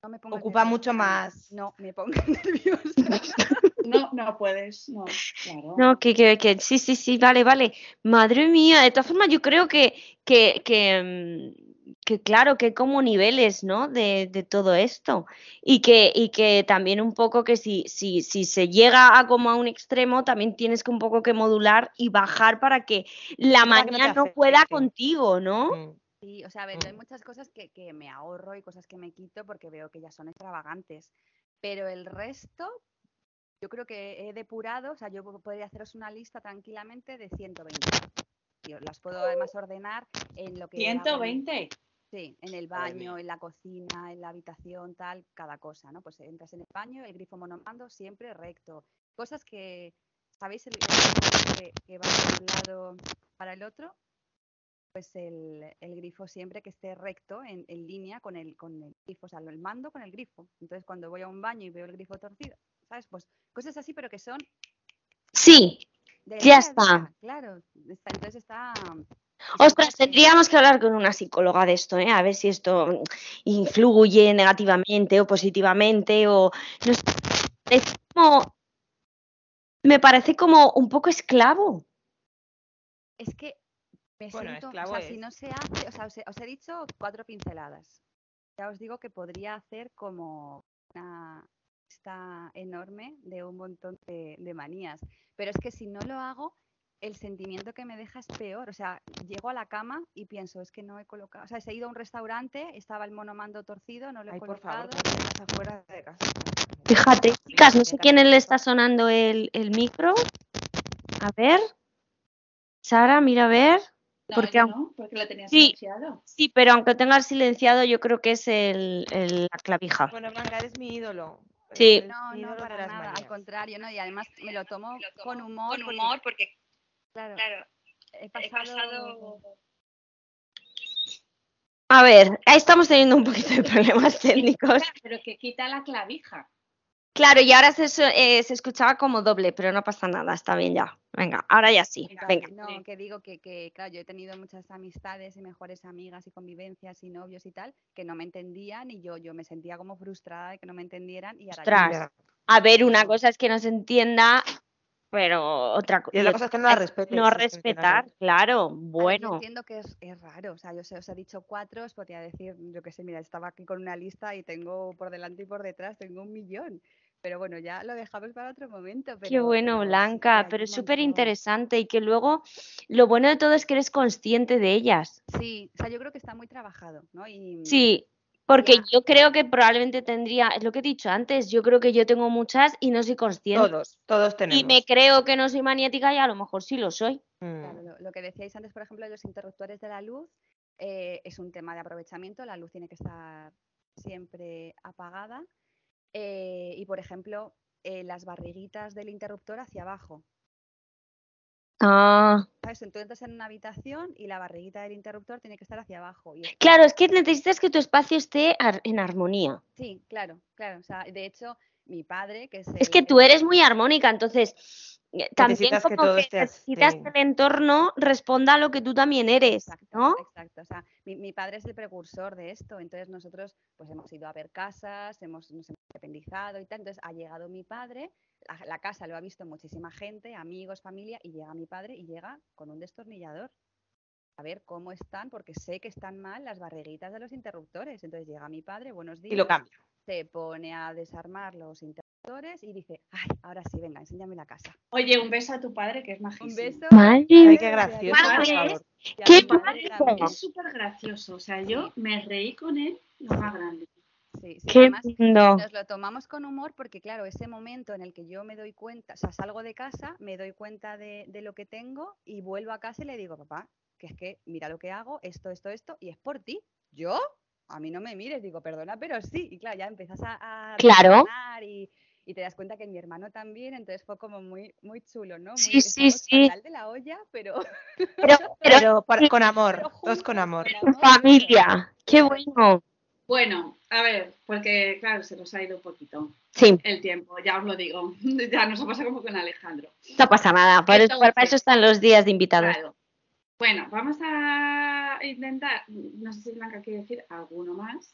Speaker 4: No me pongo
Speaker 3: Ocupa mucho más.
Speaker 4: No, me pongo nerviosa.
Speaker 1: No, no puedes, no, claro.
Speaker 2: No, que, que, que sí, sí, sí, vale, vale. Madre mía, de todas formas, yo creo que, que, que, mm, que claro, que hay como niveles, ¿no? De, de todo esto. Y que, y que también un poco que si, si, si se llega a como a un extremo, también tienes que un poco que modular y bajar para que la
Speaker 3: Para que no te
Speaker 2: mañana no,
Speaker 3: afecte.
Speaker 2: pueda contigo, ¿no?
Speaker 3: Mm.
Speaker 4: Sí, o sea, a ver, hay
Speaker 3: Mm.
Speaker 4: muchas cosas que, que me ahorro y cosas que me quito porque veo que ya son extravagantes. Pero el resto, yo creo que he depurado, o sea, yo po- podría haceros una lista tranquilamente de 120. Yo las puedo además ordenar en lo que... hago en-
Speaker 1: 120.
Speaker 4: Sí, en el
Speaker 3: Madre
Speaker 4: baño,
Speaker 3: mía.
Speaker 4: en la cocina, en la habitación, tal, cada cosa, ¿no? Pues entras en el baño, el grifo monomando siempre recto. Cosas que, ¿sabéis? El, el que, que va de un lado para el otro, pues el, el grifo siempre que esté recto, en, en línea con el, con el grifo, o sea, el mando con el grifo. Entonces, cuando voy a un baño y veo el grifo torcido, ¿sabes? Pues cosas así, pero que son
Speaker 2: Sí,
Speaker 4: de
Speaker 2: Ya
Speaker 4: día a
Speaker 2: está.
Speaker 4: día, Claro, está, entonces está... está
Speaker 2: Ostras,
Speaker 4: como que-
Speaker 2: tendríamos que hablar con una psicóloga de esto, ¿eh? A ver si esto mm, influye negativamente o positivamente o no sé. Es como- me parece como un poco esclavo.
Speaker 4: Es que me
Speaker 3: Bueno,
Speaker 4: siento, o
Speaker 3: esclavo
Speaker 4: sea, si
Speaker 3: es.
Speaker 4: no se hace, o sea, os he, os he dicho cuatro pinceladas. Ya os digo que podría hacer como una lista enorme de un montón de, de manías, pero es que si no lo hago, el sentimiento que me deja es peor. O sea, llego a la cama y pienso, es que no he colocado, o sea, he ido a un restaurante, estaba el monomando torcido, no lo he
Speaker 3: Ay, por
Speaker 4: colocado.
Speaker 3: favor, no te metas afuera de casa.
Speaker 2: Fíjate, chicas, no sé
Speaker 3: Venga,
Speaker 2: quién le
Speaker 3: venga.
Speaker 2: está sonando el, el micro. A ver. Sara, mira a ver.
Speaker 1: No,
Speaker 2: Porque
Speaker 1: yo
Speaker 2: aun-
Speaker 1: no, porque lo tenías
Speaker 2: Sí.
Speaker 1: anunciado.
Speaker 2: Sí, pero aunque tenga el silenciado, yo creo que es el, el- la clavija.
Speaker 3: Bueno, Blanca, eres mi ídolo.
Speaker 2: Sí.
Speaker 3: Eres
Speaker 4: No,
Speaker 3: mi
Speaker 4: no,
Speaker 3: ídolo de
Speaker 4: para
Speaker 3: las
Speaker 4: nada, al
Speaker 3: manías.
Speaker 4: contrario, ¿no? Y además me lo tomo, con humor. porque,
Speaker 5: porque,
Speaker 4: claro,
Speaker 5: claro,
Speaker 4: he
Speaker 5: he
Speaker 4: pasado...
Speaker 5: pasado...
Speaker 2: A ver, estamos teniendo un poquito de problemas técnicos.
Speaker 1: Pero que quita la clavija.
Speaker 2: Claro, y ahora se, eh, se escuchaba como doble, pero no pasa nada, está bien ya. Venga, ahora ya sí.
Speaker 4: Claro,
Speaker 2: Venga.
Speaker 4: No, que digo que, que, claro, yo he tenido muchas amistades y mejores amigas y convivencias y novios y tal, que no me entendían y yo, yo me sentía como frustrada de que no me entendieran y ahora
Speaker 2: Ostras.
Speaker 4: ya-
Speaker 2: A ver, una cosa es que no se entienda, pero otra co-
Speaker 3: Y otra cosa es que no la respetes.
Speaker 2: No
Speaker 3: es que es que no la
Speaker 2: respetar,
Speaker 3: respetes.
Speaker 2: claro.
Speaker 4: Ahora, Yo
Speaker 2: Bueno,
Speaker 4: entiendo que es, es raro, o sea, yo sé, os he dicho cuatro, os podría decir, yo qué sé, mira, estaba aquí con una lista y tengo por delante y por detrás, tengo un millón, pero bueno, ya lo dejamos para otro momento.
Speaker 2: qué
Speaker 4: pero-
Speaker 2: bueno,
Speaker 4: pero sí que
Speaker 2: Blanca,
Speaker 4: hay
Speaker 2: pero
Speaker 4: un
Speaker 2: es súper
Speaker 4: montón.
Speaker 2: interesante y que luego lo bueno de todo es que eres consciente de ellas.
Speaker 4: Sí, o sea, yo creo que está muy trabajado, ¿no? Y,
Speaker 2: Sí, porque
Speaker 4: Ya.
Speaker 2: yo creo que probablemente tendría, es lo que he dicho antes, yo creo que yo tengo muchas y no soy consciente.
Speaker 3: Todos, todos tenemos.
Speaker 2: Y me creo que no soy maniática y a lo mejor sí lo soy.
Speaker 3: Mm.
Speaker 4: Claro, lo, lo que decíais antes, por ejemplo, de los interruptores de la luz, eh, es un tema de aprovechamiento, la luz tiene que estar siempre apagada. eh, y, por ejemplo, eh, las barriguitas del interruptor hacia abajo.
Speaker 2: Ah,
Speaker 4: ¿Sabes? Tú entras en una habitación y la barriguita del interruptor tiene que estar hacia abajo. Y es-
Speaker 2: claro, es que necesitas que tu espacio esté ar- en armonía.
Speaker 4: Sí, claro, claro. O sea, de hecho, mi padre, que es...
Speaker 2: Es que
Speaker 4: el-
Speaker 2: tú eres muy armónica, entonces eh, también
Speaker 3: Necesitas que
Speaker 2: como
Speaker 3: todo
Speaker 2: que
Speaker 3: esté
Speaker 2: necesitas
Speaker 3: así.
Speaker 2: que el entorno responda a lo que tú también eres,
Speaker 4: Exacto,
Speaker 2: ¿no?
Speaker 4: exacto. O sea, mi, mi padre es el precursor de esto, entonces nosotros pues hemos ido a ver casas, hemos, nos hemos independizado y tal, entonces ha llegado mi padre, la, la casa lo ha visto muchísima gente, amigos, familia, y llega mi padre y llega con un destornillador a ver cómo están, porque sé que están mal las barriguitas de los interruptores, entonces llega mi padre, buenos días,
Speaker 3: Y lo cambio.
Speaker 4: se pone a desarmar los interruptores y dice, ay, ahora sí, venga, enséñame la casa.
Speaker 1: Oye, un beso a tu padre, que es majísimo.
Speaker 4: Un beso.
Speaker 2: Madre
Speaker 3: Ay,
Speaker 2: mía.
Speaker 3: qué gracioso, por
Speaker 1: Madre.
Speaker 3: favor.
Speaker 4: y a
Speaker 2: ¡Qué
Speaker 4: mi padre
Speaker 1: mágico!
Speaker 4: también.
Speaker 1: Es súper gracioso. O sea, yo me reí con él lo más grande.
Speaker 4: Sí, sí,
Speaker 2: Qué
Speaker 4: además,
Speaker 2: lindo.
Speaker 4: Nos lo tomamos con humor porque, claro, ese momento en el que yo me doy cuenta, o sea, salgo de casa, me doy cuenta de, de lo que tengo y vuelvo a casa y le digo, papá, que es que mira lo que hago, esto, esto, esto, y es por ti. ¿Yo? A mí no me mires, digo, perdona, pero sí. Y claro, ya empiezas a, a
Speaker 2: Claro.
Speaker 4: razonar y, y te das cuenta que mi hermano también, entonces fue como muy, muy chulo, ¿no? Muy,
Speaker 2: Sí, sí,
Speaker 4: estamos
Speaker 2: sí.
Speaker 4: fatal de la olla, pero,
Speaker 2: Pero, pero
Speaker 3: Pero por- con amor,
Speaker 4: pero
Speaker 3: todos con
Speaker 4: juntos,
Speaker 3: amor.
Speaker 2: en familia, qué bueno.
Speaker 1: Bueno, a ver, porque claro, se nos ha ido un poquito
Speaker 2: Sí,
Speaker 1: el tiempo, ya os lo digo. ya nos ha pasado como con Alejandro.
Speaker 2: no pasa nada. Para, eso- para
Speaker 1: Entonces-
Speaker 2: eso están los días de invitados.
Speaker 1: Claro. Bueno, vamos a intentar, no sé si Blanca quiere decir alguno más.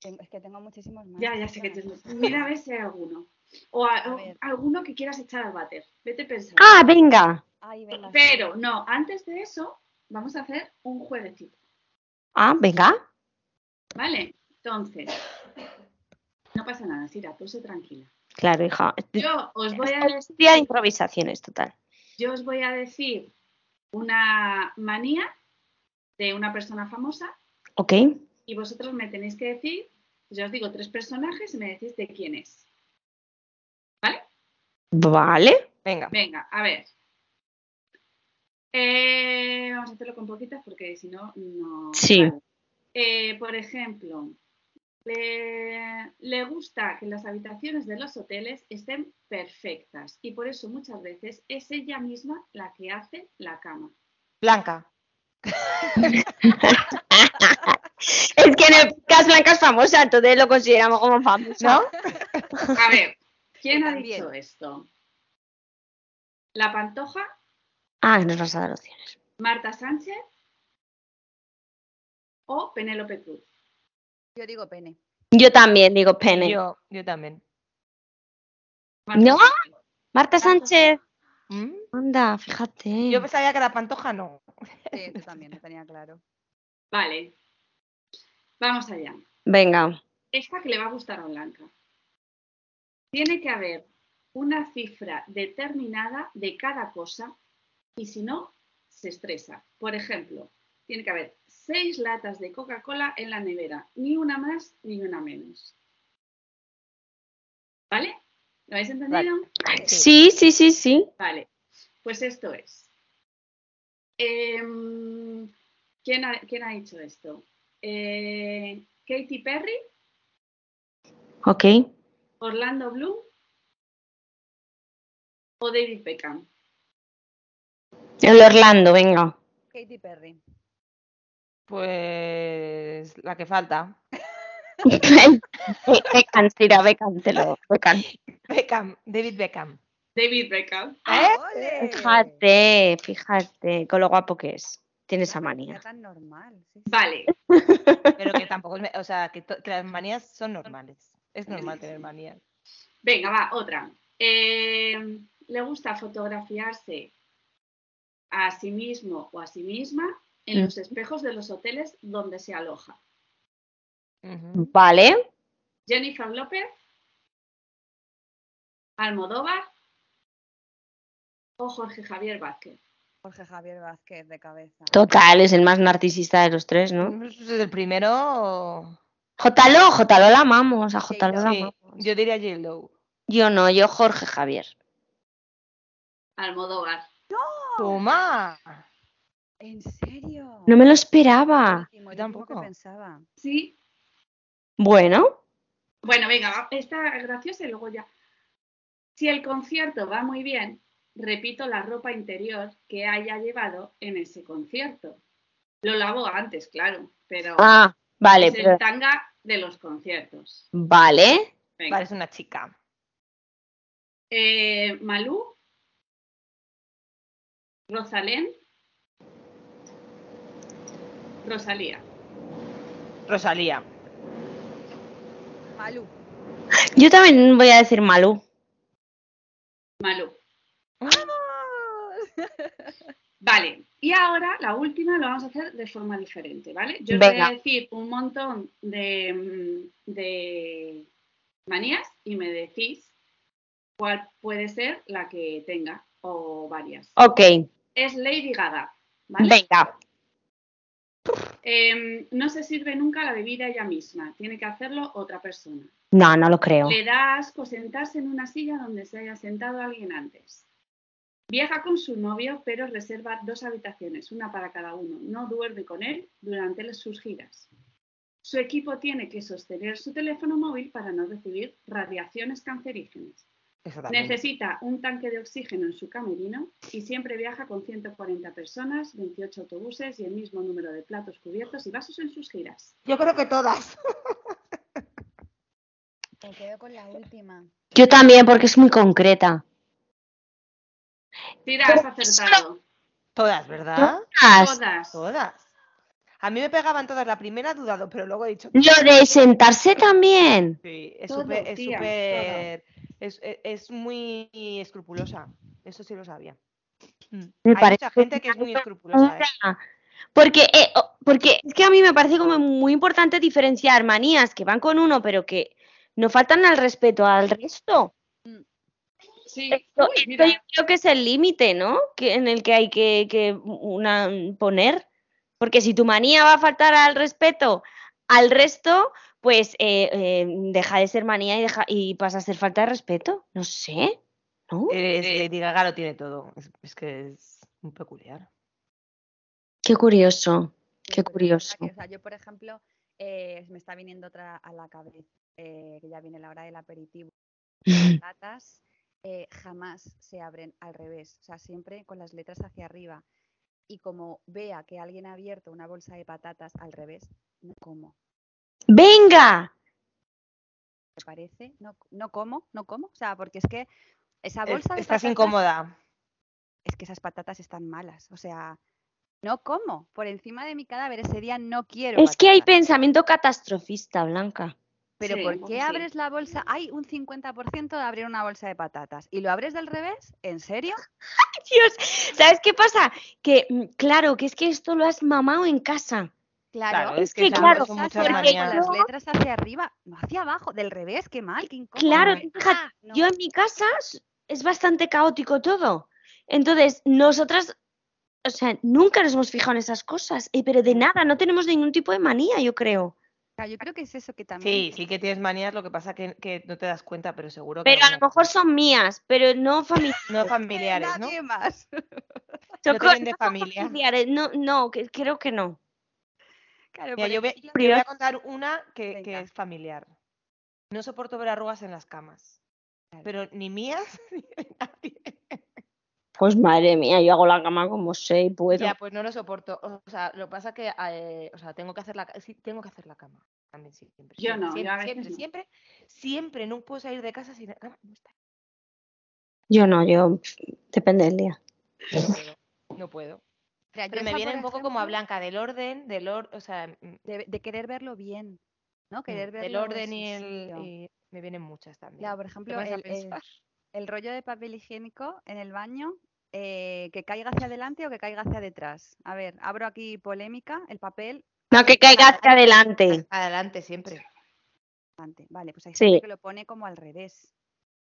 Speaker 4: Tengo- es que tengo muchísimos más.
Speaker 1: Ya, ya sé que te...
Speaker 4: perdona.
Speaker 1: Mira a ver si hay alguno. O, a-
Speaker 4: A
Speaker 1: o
Speaker 4: ver.
Speaker 1: alguno que quieras echar al váter. Vete pensando.
Speaker 2: Ah, venga.
Speaker 4: Ay, venga, sí.
Speaker 1: Pero no, antes de eso, vamos a hacer un jueguecito,
Speaker 2: Ah, venga.
Speaker 1: ¿vale? Entonces, no pasa nada, Sira, tú sé tranquila.
Speaker 2: Claro, hija.
Speaker 1: Yo os voy a
Speaker 2: Es
Speaker 1: decir,
Speaker 2: un día de improvisaciones, total.
Speaker 1: yo os voy a decir una manía de una persona famosa
Speaker 2: Ok,
Speaker 1: y vosotros me tenéis que decir, yo os digo tres personajes y me decís de quién es.
Speaker 2: vale.
Speaker 3: Venga.
Speaker 1: Venga, a ver. Eh, vamos a hacerlo con poquitas porque si no, no.
Speaker 2: Sí.
Speaker 1: vale. Eh, por ejemplo, le, le gusta que las habitaciones de los hoteles estén perfectas y por eso muchas veces es ella misma la que hace la cama.
Speaker 3: Blanca.
Speaker 2: Es que en el podcast Blanca es famosa, entonces lo consideramos como famoso.
Speaker 3: ¿No?
Speaker 1: A ver, ¿quién
Speaker 4: Yo
Speaker 1: ha
Speaker 4: también.
Speaker 1: dicho esto? La Pantoja,
Speaker 2: Ah, nos vas a dar opciones.
Speaker 1: Marta Sánchez o Penélope Cruz.
Speaker 4: Yo digo pene.
Speaker 2: Yo también digo pene.
Speaker 3: Yo, yo también.
Speaker 1: Marta
Speaker 2: No.
Speaker 1: Sánchez.
Speaker 2: Marta Sánchez.
Speaker 3: ¿Mm?
Speaker 2: Anda, fíjate.
Speaker 3: Yo pensaría que la pantoja no.
Speaker 4: Sí, yo eh, también, lo tenía claro.
Speaker 1: Vale. Vamos allá.
Speaker 2: Venga.
Speaker 1: Esta que le va a gustar a Blanca. Tiene que haber una cifra determinada de cada cosa y si no, se estresa. Por ejemplo, tiene que haber seis latas de Coca-Cola en la nevera, ni una más ni una menos. ¿Vale? ¿Lo habéis entendido?
Speaker 2: Sí, sí, sí, sí.
Speaker 1: Vale, pues esto es. Em, ¿quién, ha, quién ha dicho esto? Eh, ¿Katy Perry,
Speaker 2: Ok.
Speaker 1: Orlando Bloom o David Beckham?
Speaker 2: El Orlando, venga.
Speaker 4: Katy Perry.
Speaker 3: Pues la que falta.
Speaker 2: Beckham, tira, Beckham, te lo. Beckham.
Speaker 3: Beckham, David Beckham.
Speaker 1: David Beckham.
Speaker 3: ¿Eh?
Speaker 4: ¡Ah, ¡Ole!
Speaker 2: Fíjate, fíjate, con lo guapo que es. Tiene esa
Speaker 4: Está
Speaker 2: manía.
Speaker 4: tan normal. sí, sí.
Speaker 1: Vale,
Speaker 3: Pero que tampoco es me- O sea, que, to- que las manías son normales. Es normal tener manías.
Speaker 1: venga, va, otra. Eh, ¿Le gusta fotografiarse a sí mismo o a sí misma en
Speaker 2: Mm.
Speaker 1: los espejos de los hoteles donde se aloja?
Speaker 3: Ujú.
Speaker 2: Vale.
Speaker 1: Jennifer López, Almodóvar o Jorge Javier Vázquez.
Speaker 4: Jorge Javier Vázquez de cabeza.
Speaker 2: Total, es el más narcisista de los tres,
Speaker 3: Mm.
Speaker 2: ¿no?
Speaker 3: El primero.
Speaker 2: Jotalo, Jotalo la amamos, a Jotalo la
Speaker 3: Sí,
Speaker 2: amamos.
Speaker 3: yo diría J-Lo.
Speaker 2: Yo no, yo Jorge Javier.
Speaker 1: Almodóvar.
Speaker 3: Toma.
Speaker 4: ¿En serio?
Speaker 2: No me lo esperaba.
Speaker 3: Yo
Speaker 4: Buenísimo, yo tampoco
Speaker 3: tampoco.
Speaker 4: pensaba.
Speaker 1: Sí.
Speaker 2: Bueno,
Speaker 1: Bueno, venga, va, está graciosa y luego ya. Si el concierto va muy bien, repito la ropa interior que haya llevado en ese concierto. Lo lavo antes, claro, pero
Speaker 2: ah, vale,
Speaker 1: es
Speaker 2: pero-
Speaker 1: el tanga de los conciertos.
Speaker 2: vale.
Speaker 1: Venga.
Speaker 3: Vale, es una chica.
Speaker 1: Eh, Malú, Rosalén, Rosalía.
Speaker 3: Rosalía.
Speaker 4: Malú.
Speaker 2: Yo también voy a decir Malú.
Speaker 1: Malú.
Speaker 2: Ah.
Speaker 4: ¡Vamos!
Speaker 1: Vale, y ahora la última lo vamos a hacer de forma diferente, ¿vale? Yo os
Speaker 2: Venga.
Speaker 1: voy a decir un montón de, mm, de manías y me decís cuál puede ser la que tenga o varias.
Speaker 2: Ok,
Speaker 1: Es Lady Gaga, ¿vale?
Speaker 2: venga.
Speaker 1: Em, no se sirve nunca la bebida ella misma, tiene que hacerlo otra persona.
Speaker 2: No, no lo creo.
Speaker 1: Le da asco sentarse en una silla donde se haya sentado alguien antes. Viaja con su novio, pero reserva dos habitaciones, una para cada uno. No duerme con él durante sus giras. Su equipo tiene que sostener su teléfono móvil para no recibir radiaciones cancerígenas.
Speaker 3: Eso también.
Speaker 1: Necesita un tanque de oxígeno en su camerino y siempre viaja con 140 personas, 28 autobuses y el mismo número de platos cubiertos y vasos en sus giras.
Speaker 3: Yo creo que todas.
Speaker 4: Me quedo con la última.
Speaker 2: Yo también, porque es muy concreta.
Speaker 1: Tira, has acertado.
Speaker 3: Todas, ¿verdad?
Speaker 2: As-
Speaker 1: Todas.
Speaker 3: Todas. A mí me pegaban todas. La primera he dudado, pero luego he dicho.
Speaker 2: Lo de sentarse también.
Speaker 3: Sí, es
Speaker 1: Todo,
Speaker 3: súper. Es,
Speaker 1: tía,
Speaker 3: súper- es, es- es muy escrupulosa. Eso sí lo sabía. Mm.
Speaker 2: Me
Speaker 3: Hay
Speaker 2: parece
Speaker 3: mucha gente que es muy escrupulosa. ¿eh?
Speaker 2: Ahora, Porque, eh, o- porque es que a mí me parece como muy importante diferenciar manías que van con uno, pero que no faltan al respeto al resto.
Speaker 1: Sí.
Speaker 2: Esto,
Speaker 1: Uy,
Speaker 2: esto
Speaker 1: mira.
Speaker 2: yo creo que es el límite, ¿no? Que, en el que hay que, que una- poner. Porque si tu manía va a faltar al respeto al resto, pues eh, eh, deja de ser manía y, deja, y pasa a ser falta de respeto. No sé. ¿no?
Speaker 3: Eh, Es, Lady Gaga lo tiene todo. Es, es que es muy peculiar.
Speaker 2: Qué curioso.
Speaker 4: Sí,
Speaker 2: Qué
Speaker 4: pero
Speaker 2: curioso.
Speaker 4: es verdad que, o sea, yo, por ejemplo, eh, me está viniendo otra a la cabeza, eh, que ya viene la hora del aperitivo. Las latas eh, jamás se abren al revés, o sea, siempre con las letras hacia arriba. Y como vea que alguien ha abierto una bolsa de patatas al revés, no como.
Speaker 2: ¡Venga!
Speaker 4: ¿Te parece? No, no como, no como. O sea, porque es que esa
Speaker 3: Es-
Speaker 4: bolsa de
Speaker 3: estás
Speaker 4: patatas-
Speaker 3: incómoda.
Speaker 4: es que esas patatas están malas. O sea, no como. Por encima de mi cadáver ese día no quiero.
Speaker 2: Es que hay
Speaker 4: patatas.
Speaker 2: pensamiento catastrofista, Blanca.
Speaker 4: Pero
Speaker 1: Sí, un
Speaker 4: ¿por
Speaker 1: poco
Speaker 4: qué
Speaker 1: sí.
Speaker 4: abres la bolsa? Hay un 50% de abrir una bolsa de patatas. ¿Y lo abres del revés? ¿En serio?
Speaker 2: Dios, ¿sabes qué pasa? Que, mm, claro, que es que esto lo has mamado en casa.
Speaker 4: Claro.
Speaker 3: Claro, es
Speaker 2: que
Speaker 4: la
Speaker 2: claro,
Speaker 4: bolsa
Speaker 3: son
Speaker 4: se
Speaker 3: muchas
Speaker 4: abre
Speaker 3: manías.
Speaker 4: con las letras hacia arriba, no hacia abajo, del revés, qué mal, qué incómodo.
Speaker 2: Claro,
Speaker 3: Ay.
Speaker 2: fíjate,
Speaker 4: Ah, no.
Speaker 2: yo en mi casa s- es bastante caótico todo. Entonces, nosotras, o sea, nunca nos hemos fijado en esas cosas, eh, pero de nada, no tenemos ningún tipo de manía, yo creo.
Speaker 4: Claro, yo creo que es eso que también.
Speaker 3: Sí, sí que tienes manías, lo que pasa que, que no te das cuenta, pero seguro que.
Speaker 2: Pero a lo
Speaker 3: alguna-
Speaker 2: mejor son mías, pero no familiares.
Speaker 3: No
Speaker 4: Eh,
Speaker 3: familiares, ¿no?
Speaker 4: Nadie más.
Speaker 3: No te
Speaker 2: Socorro,
Speaker 3: ven de
Speaker 2: no son
Speaker 3: familia.
Speaker 2: familiares, No, no, que- creo que no.
Speaker 4: Claro,
Speaker 3: Mira,
Speaker 4: por
Speaker 3: yo, ve-
Speaker 4: ejemplo,
Speaker 3: yo voy a contar una que, que
Speaker 4: Venga.
Speaker 3: es familiar. No soporto ver arrugas en las camas. Pero ni mías ni de nadie.
Speaker 2: Pues madre mía, yo hago la cama como sé y puedo.
Speaker 3: Ya, pues no lo soporto. O sea, lo que pasa que eh, o sea, tengo que hacer la ca- sí, tengo que hacer la cama. También siempre.
Speaker 1: Yo no, yo
Speaker 3: siempre,
Speaker 1: a veces
Speaker 3: siempre,
Speaker 1: no.
Speaker 3: siempre, siempre. No puedo salir de casa sin. Ah, no está.
Speaker 2: Yo no, yo depende del día.
Speaker 3: No puedo. No puedo.
Speaker 4: O sea, yo
Speaker 3: Pero me
Speaker 4: esa,
Speaker 3: viene
Speaker 4: por
Speaker 3: un poco como a
Speaker 4: ejemplo,
Speaker 3: Blanca del orden, del orden, o sea, mm,
Speaker 4: De, de querer verlo bien, ¿no? Querer verlo
Speaker 3: del Mm, orden
Speaker 4: en
Speaker 3: y
Speaker 4: su
Speaker 3: el.
Speaker 4: sitio.
Speaker 3: y me vienen muchas también.
Speaker 4: Claro, por
Speaker 3: Te
Speaker 4: ejemplo,
Speaker 3: pones a
Speaker 4: el, el-
Speaker 3: pensar.
Speaker 4: el rollo de papel higiénico en el baño, eh, que caiga hacia adelante o que caiga hacia detrás. A ver, abro aquí polémica, el papel
Speaker 2: No, que caiga hacia adelante.
Speaker 3: Adelante siempre.
Speaker 4: adelante. Vale, pues hay
Speaker 2: Sí.
Speaker 4: gente que lo pone como al revés,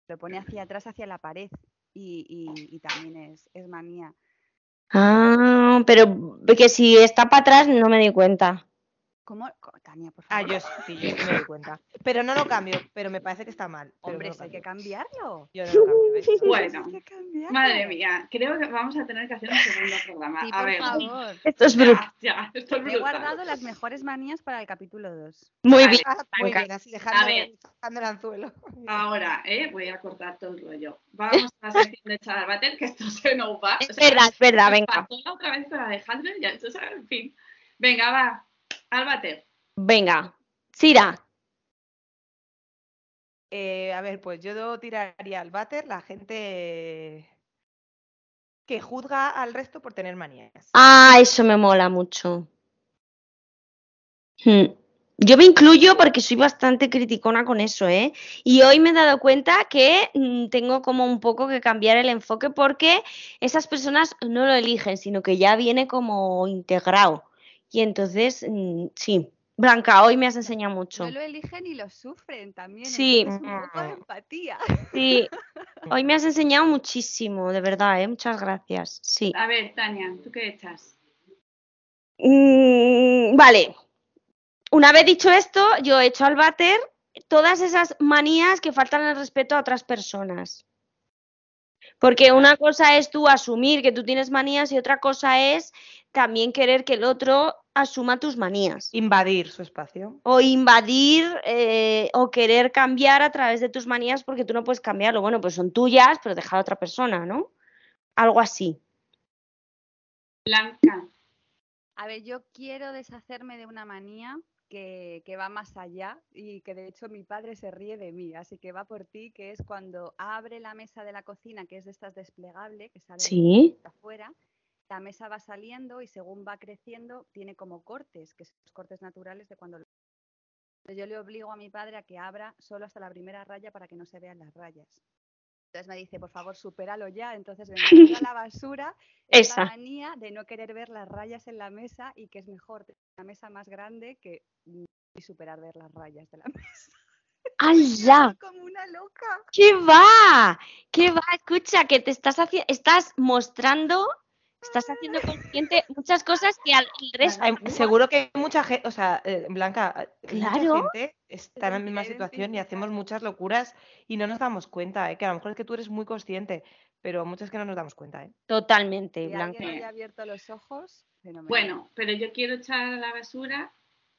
Speaker 4: lo pone hacia atrás, hacia la pared. Y, y- y también es, es manía.
Speaker 2: Ah, pero que si está para atrás no me di cuenta.
Speaker 4: ¿Cómo? Co- Tania, por
Speaker 3: Ah,
Speaker 4: favor.
Speaker 3: yo sí, yo sí me doy cuenta. Pero no lo cambio, pero me parece que está mal. pero
Speaker 4: Hombre,
Speaker 3: no lo
Speaker 4: eso hay que
Speaker 3: cambio.
Speaker 4: cambiarlo.
Speaker 3: Yo no lo cambio. ¿eh? ¿ves?
Speaker 4: Eso hay
Speaker 1: Bueno,
Speaker 4: que cambiarlo.
Speaker 1: Madre mía, creo que vamos a tener que hacer un segundo programa.
Speaker 4: Sí,
Speaker 1: a
Speaker 4: por
Speaker 1: ver,
Speaker 4: favor.
Speaker 2: Esto es brutal.
Speaker 1: ya, ya, esto es
Speaker 4: Me he
Speaker 1: brutal.
Speaker 4: guardado las mejores manías para el capítulo 2.
Speaker 2: Muy
Speaker 1: Vale.
Speaker 2: bien.
Speaker 3: Ah, muy
Speaker 1: Venga.
Speaker 3: bien, así dejando,
Speaker 1: ver.
Speaker 3: dejando el anzuelo.
Speaker 1: Ahora, ¿eh? voy a cortar todo el rollo. Vamos a la sección de Charabater, que esto se nos va. O
Speaker 2: Es
Speaker 1: sea,
Speaker 2: verdad, es verdad, venga.
Speaker 1: Pasó la otra vez con Alejandro y ya, esto es- en fin. Venga, va, al váter.
Speaker 2: Venga. Sira.
Speaker 3: Eh, a ver, pues yo tiraría al váter la gente que juzga al resto por tener manías.
Speaker 2: Ah, eso me mola mucho. Hmm. Yo me incluyo porque soy bastante criticona con eso, ¿eh? Y hoy me he dado cuenta que mm, tengo como un poco que cambiar el enfoque porque esas personas no lo eligen, sino que ya viene como integrado. Y entonces, mm, sí. Blanca, hoy me has enseñado mucho.
Speaker 4: No lo eligen y lo sufren también.
Speaker 2: Sí. Mm.
Speaker 4: entonces Es un poco de empatía.
Speaker 2: Sí, hoy me has enseñado muchísimo, de verdad, ¿eh? Muchas gracias. Sí.
Speaker 1: A ver, Tania, ¿tú qué echas?
Speaker 2: Mm, vale. Una vez dicho esto, yo he hecho al váter todas esas manías que faltan al respeto a otras personas. Porque una cosa es tú asumir que tú tienes manías y otra cosa es también querer que el otro asuma tus manías.
Speaker 3: Invadir su espacio.
Speaker 2: O invadir eh, o querer cambiar a través de tus manías porque tú no puedes cambiarlo. Bueno, pues son tuyas, pero dejar a otra persona, ¿no? Algo así.
Speaker 1: Blanca.
Speaker 4: A ver, yo quiero deshacerme de una manía que, que va más allá y que de hecho mi padre se ríe de mí, así que va por ti, que es cuando abre la mesa de la cocina, que es de estas desplegable, que sale
Speaker 2: Sí.
Speaker 4: afuera, la mesa va saliendo y según va creciendo tiene como cortes, que son los cortes naturales de cuando... lo- Yo le obligo a mi padre a que abra solo hasta la primera raya para que no se vean las rayas. Entonces me dice, por favor, supéralo ya. Entonces me manda a la basura
Speaker 2: Esa.
Speaker 4: esa manía de no querer ver las rayas en la mesa y que es mejor tener una mesa más grande que mm, y superar ver las rayas de la mesa.
Speaker 2: ¡Hala!
Speaker 4: Como una loca.
Speaker 2: ¿Qué va? ¿Qué va? Escucha, que te estás haciendo, estás mostrando, estás haciendo consciente muchas cosas que al el resto.
Speaker 1: Vale.
Speaker 2: hay-
Speaker 3: Seguro que hay mucha gente, o sea, eh, Blanca, eh,
Speaker 2: Claro.
Speaker 3: mucha gente está en la misma
Speaker 4: Identidad,
Speaker 3: situación y hacemos
Speaker 4: identidad.
Speaker 3: muchas locuras y no nos damos cuenta, ¿eh? que a lo mejor es que tú eres muy consciente, pero muchas que no nos damos cuenta. ¿eh?
Speaker 2: Totalmente,
Speaker 4: Que
Speaker 2: Blanca.
Speaker 4: alguien haya abierto los ojos, fenomenal.
Speaker 1: Bueno, pero yo quiero echar a la basura,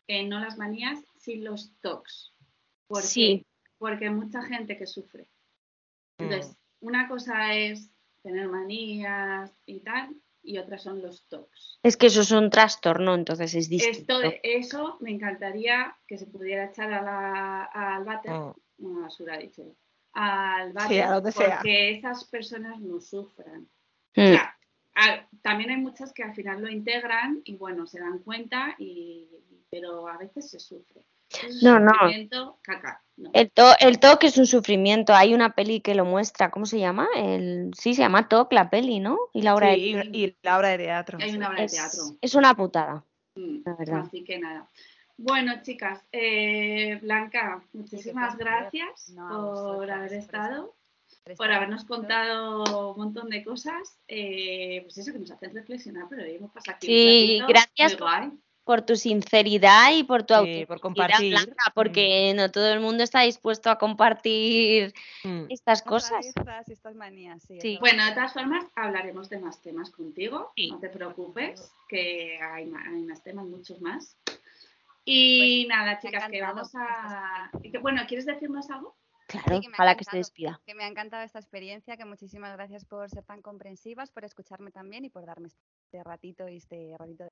Speaker 1: eh, no las manías, sino los tocs. ¿Por qué?
Speaker 2: Sí.
Speaker 1: Porque hay mucha gente que sufre.
Speaker 3: Mm.
Speaker 1: Entonces, una cosa es tener manías y tal, y otra son los tocs.
Speaker 2: Es que eso es un trastorno, entonces es distinto.
Speaker 1: Esto, eso me encantaría que se pudiera echar a la, al váter,
Speaker 3: Mm.
Speaker 1: no, a la basura, he dicho, al váter,
Speaker 3: a donde
Speaker 1: porque
Speaker 3: sea.
Speaker 1: esas personas no sufran. O
Speaker 2: Mm,
Speaker 1: sea, a- también hay muchas que al final lo integran y bueno, se dan cuenta, y, pero a veces se sufre. Es
Speaker 2: No, no.
Speaker 1: sufrimiento, Caca, no.
Speaker 2: El, to- el TOC es un sufrimiento. Hay una peli que lo muestra. ¿Cómo se llama? El, sí, se llama TOC la peli, ¿no? Y Laura.
Speaker 3: Sí, y, y la obra de teatro.
Speaker 1: Hay
Speaker 3: sí.
Speaker 1: una obra de
Speaker 2: Es,
Speaker 1: teatro.
Speaker 2: es una putada,
Speaker 1: Mm,
Speaker 2: la verdad.
Speaker 1: Así que nada. Bueno, chicas, eh, Blanca, muchísimas
Speaker 4: placer.
Speaker 1: gracias
Speaker 4: No, a
Speaker 1: por
Speaker 4: vosotras,
Speaker 1: haber
Speaker 4: por
Speaker 1: estado,
Speaker 4: Tres
Speaker 1: por
Speaker 4: horas
Speaker 1: habernos
Speaker 4: juntos.
Speaker 1: contado un montón de cosas. eh, pues eso que nos hacen reflexionar, pero hoy hemos pasado aquí. un
Speaker 2: Sí,
Speaker 1: ratito
Speaker 2: gracias
Speaker 1: muy guay.
Speaker 2: por tu sinceridad y por tu
Speaker 3: Sí,
Speaker 2: autenticidad,
Speaker 3: por compartir.
Speaker 2: Blanca, porque no todo el mundo está dispuesto a compartir
Speaker 3: Mm.
Speaker 2: estas
Speaker 4: Estas
Speaker 2: cosas.
Speaker 4: rarezas y estas manías, sí. es
Speaker 2: Sí.
Speaker 4: verdad.
Speaker 1: Bueno, de todas formas, hablaremos de más temas contigo.
Speaker 2: Sí.
Speaker 1: No te preocupes, que hay, ma- hay más temas, muchos más. Y nada, chicas, que
Speaker 4: encantado
Speaker 1: vamos
Speaker 4: esta
Speaker 1: a.
Speaker 4: sección.
Speaker 1: y que- Bueno, ¿quieres decirnos algo?
Speaker 2: Claro,
Speaker 4: que me ha
Speaker 2: ojalá que se
Speaker 4: encantado.
Speaker 2: despida.
Speaker 4: Que me ha encantado esta experiencia, que muchísimas gracias por ser tan comprensivas, por escucharme también y por darme este ratito y este ratito de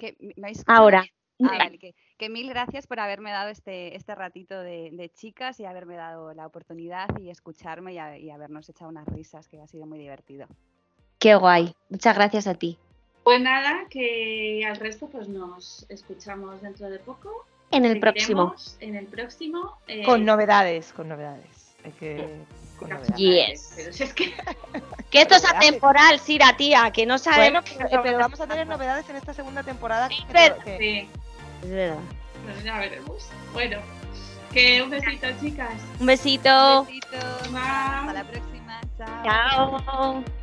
Speaker 4: Que, ¿me habéis escuchado
Speaker 2: Ahora.
Speaker 4: bien? Ah, vale, que, que mil gracias por haberme dado este, este ratito de, de chicas y haberme dado la oportunidad y escucharme y, a- y habernos echado unas risas, que ha sido muy divertido.
Speaker 2: Qué guay. Muchas gracias a ti.
Speaker 1: Pues nada, que al resto pues nos escuchamos dentro de poco.
Speaker 2: En el
Speaker 1: Seguiremos
Speaker 2: próximo.
Speaker 1: En el próximo. eh,
Speaker 3: Con novedades, con novedades. Hay que. Con
Speaker 1: casi
Speaker 3: novedades.
Speaker 1: nada,
Speaker 2: Yes.
Speaker 1: pero si es que-
Speaker 2: Que esto es
Speaker 3: Novedades.
Speaker 2: atemporal, Sira, tía, que no
Speaker 3: Bueno, eh,
Speaker 2: sabemos.
Speaker 3: pero, pero vamos a tener novedades en esta segunda temporada. que-
Speaker 2: verdad.
Speaker 3: que-
Speaker 1: sí,
Speaker 2: Es verdad.
Speaker 1: pues ya veremos. Bueno, que un besito, chicas.
Speaker 2: Un besito.
Speaker 4: Besitos,
Speaker 1: Bye.
Speaker 4: hasta la próxima. Chao.
Speaker 2: Chao.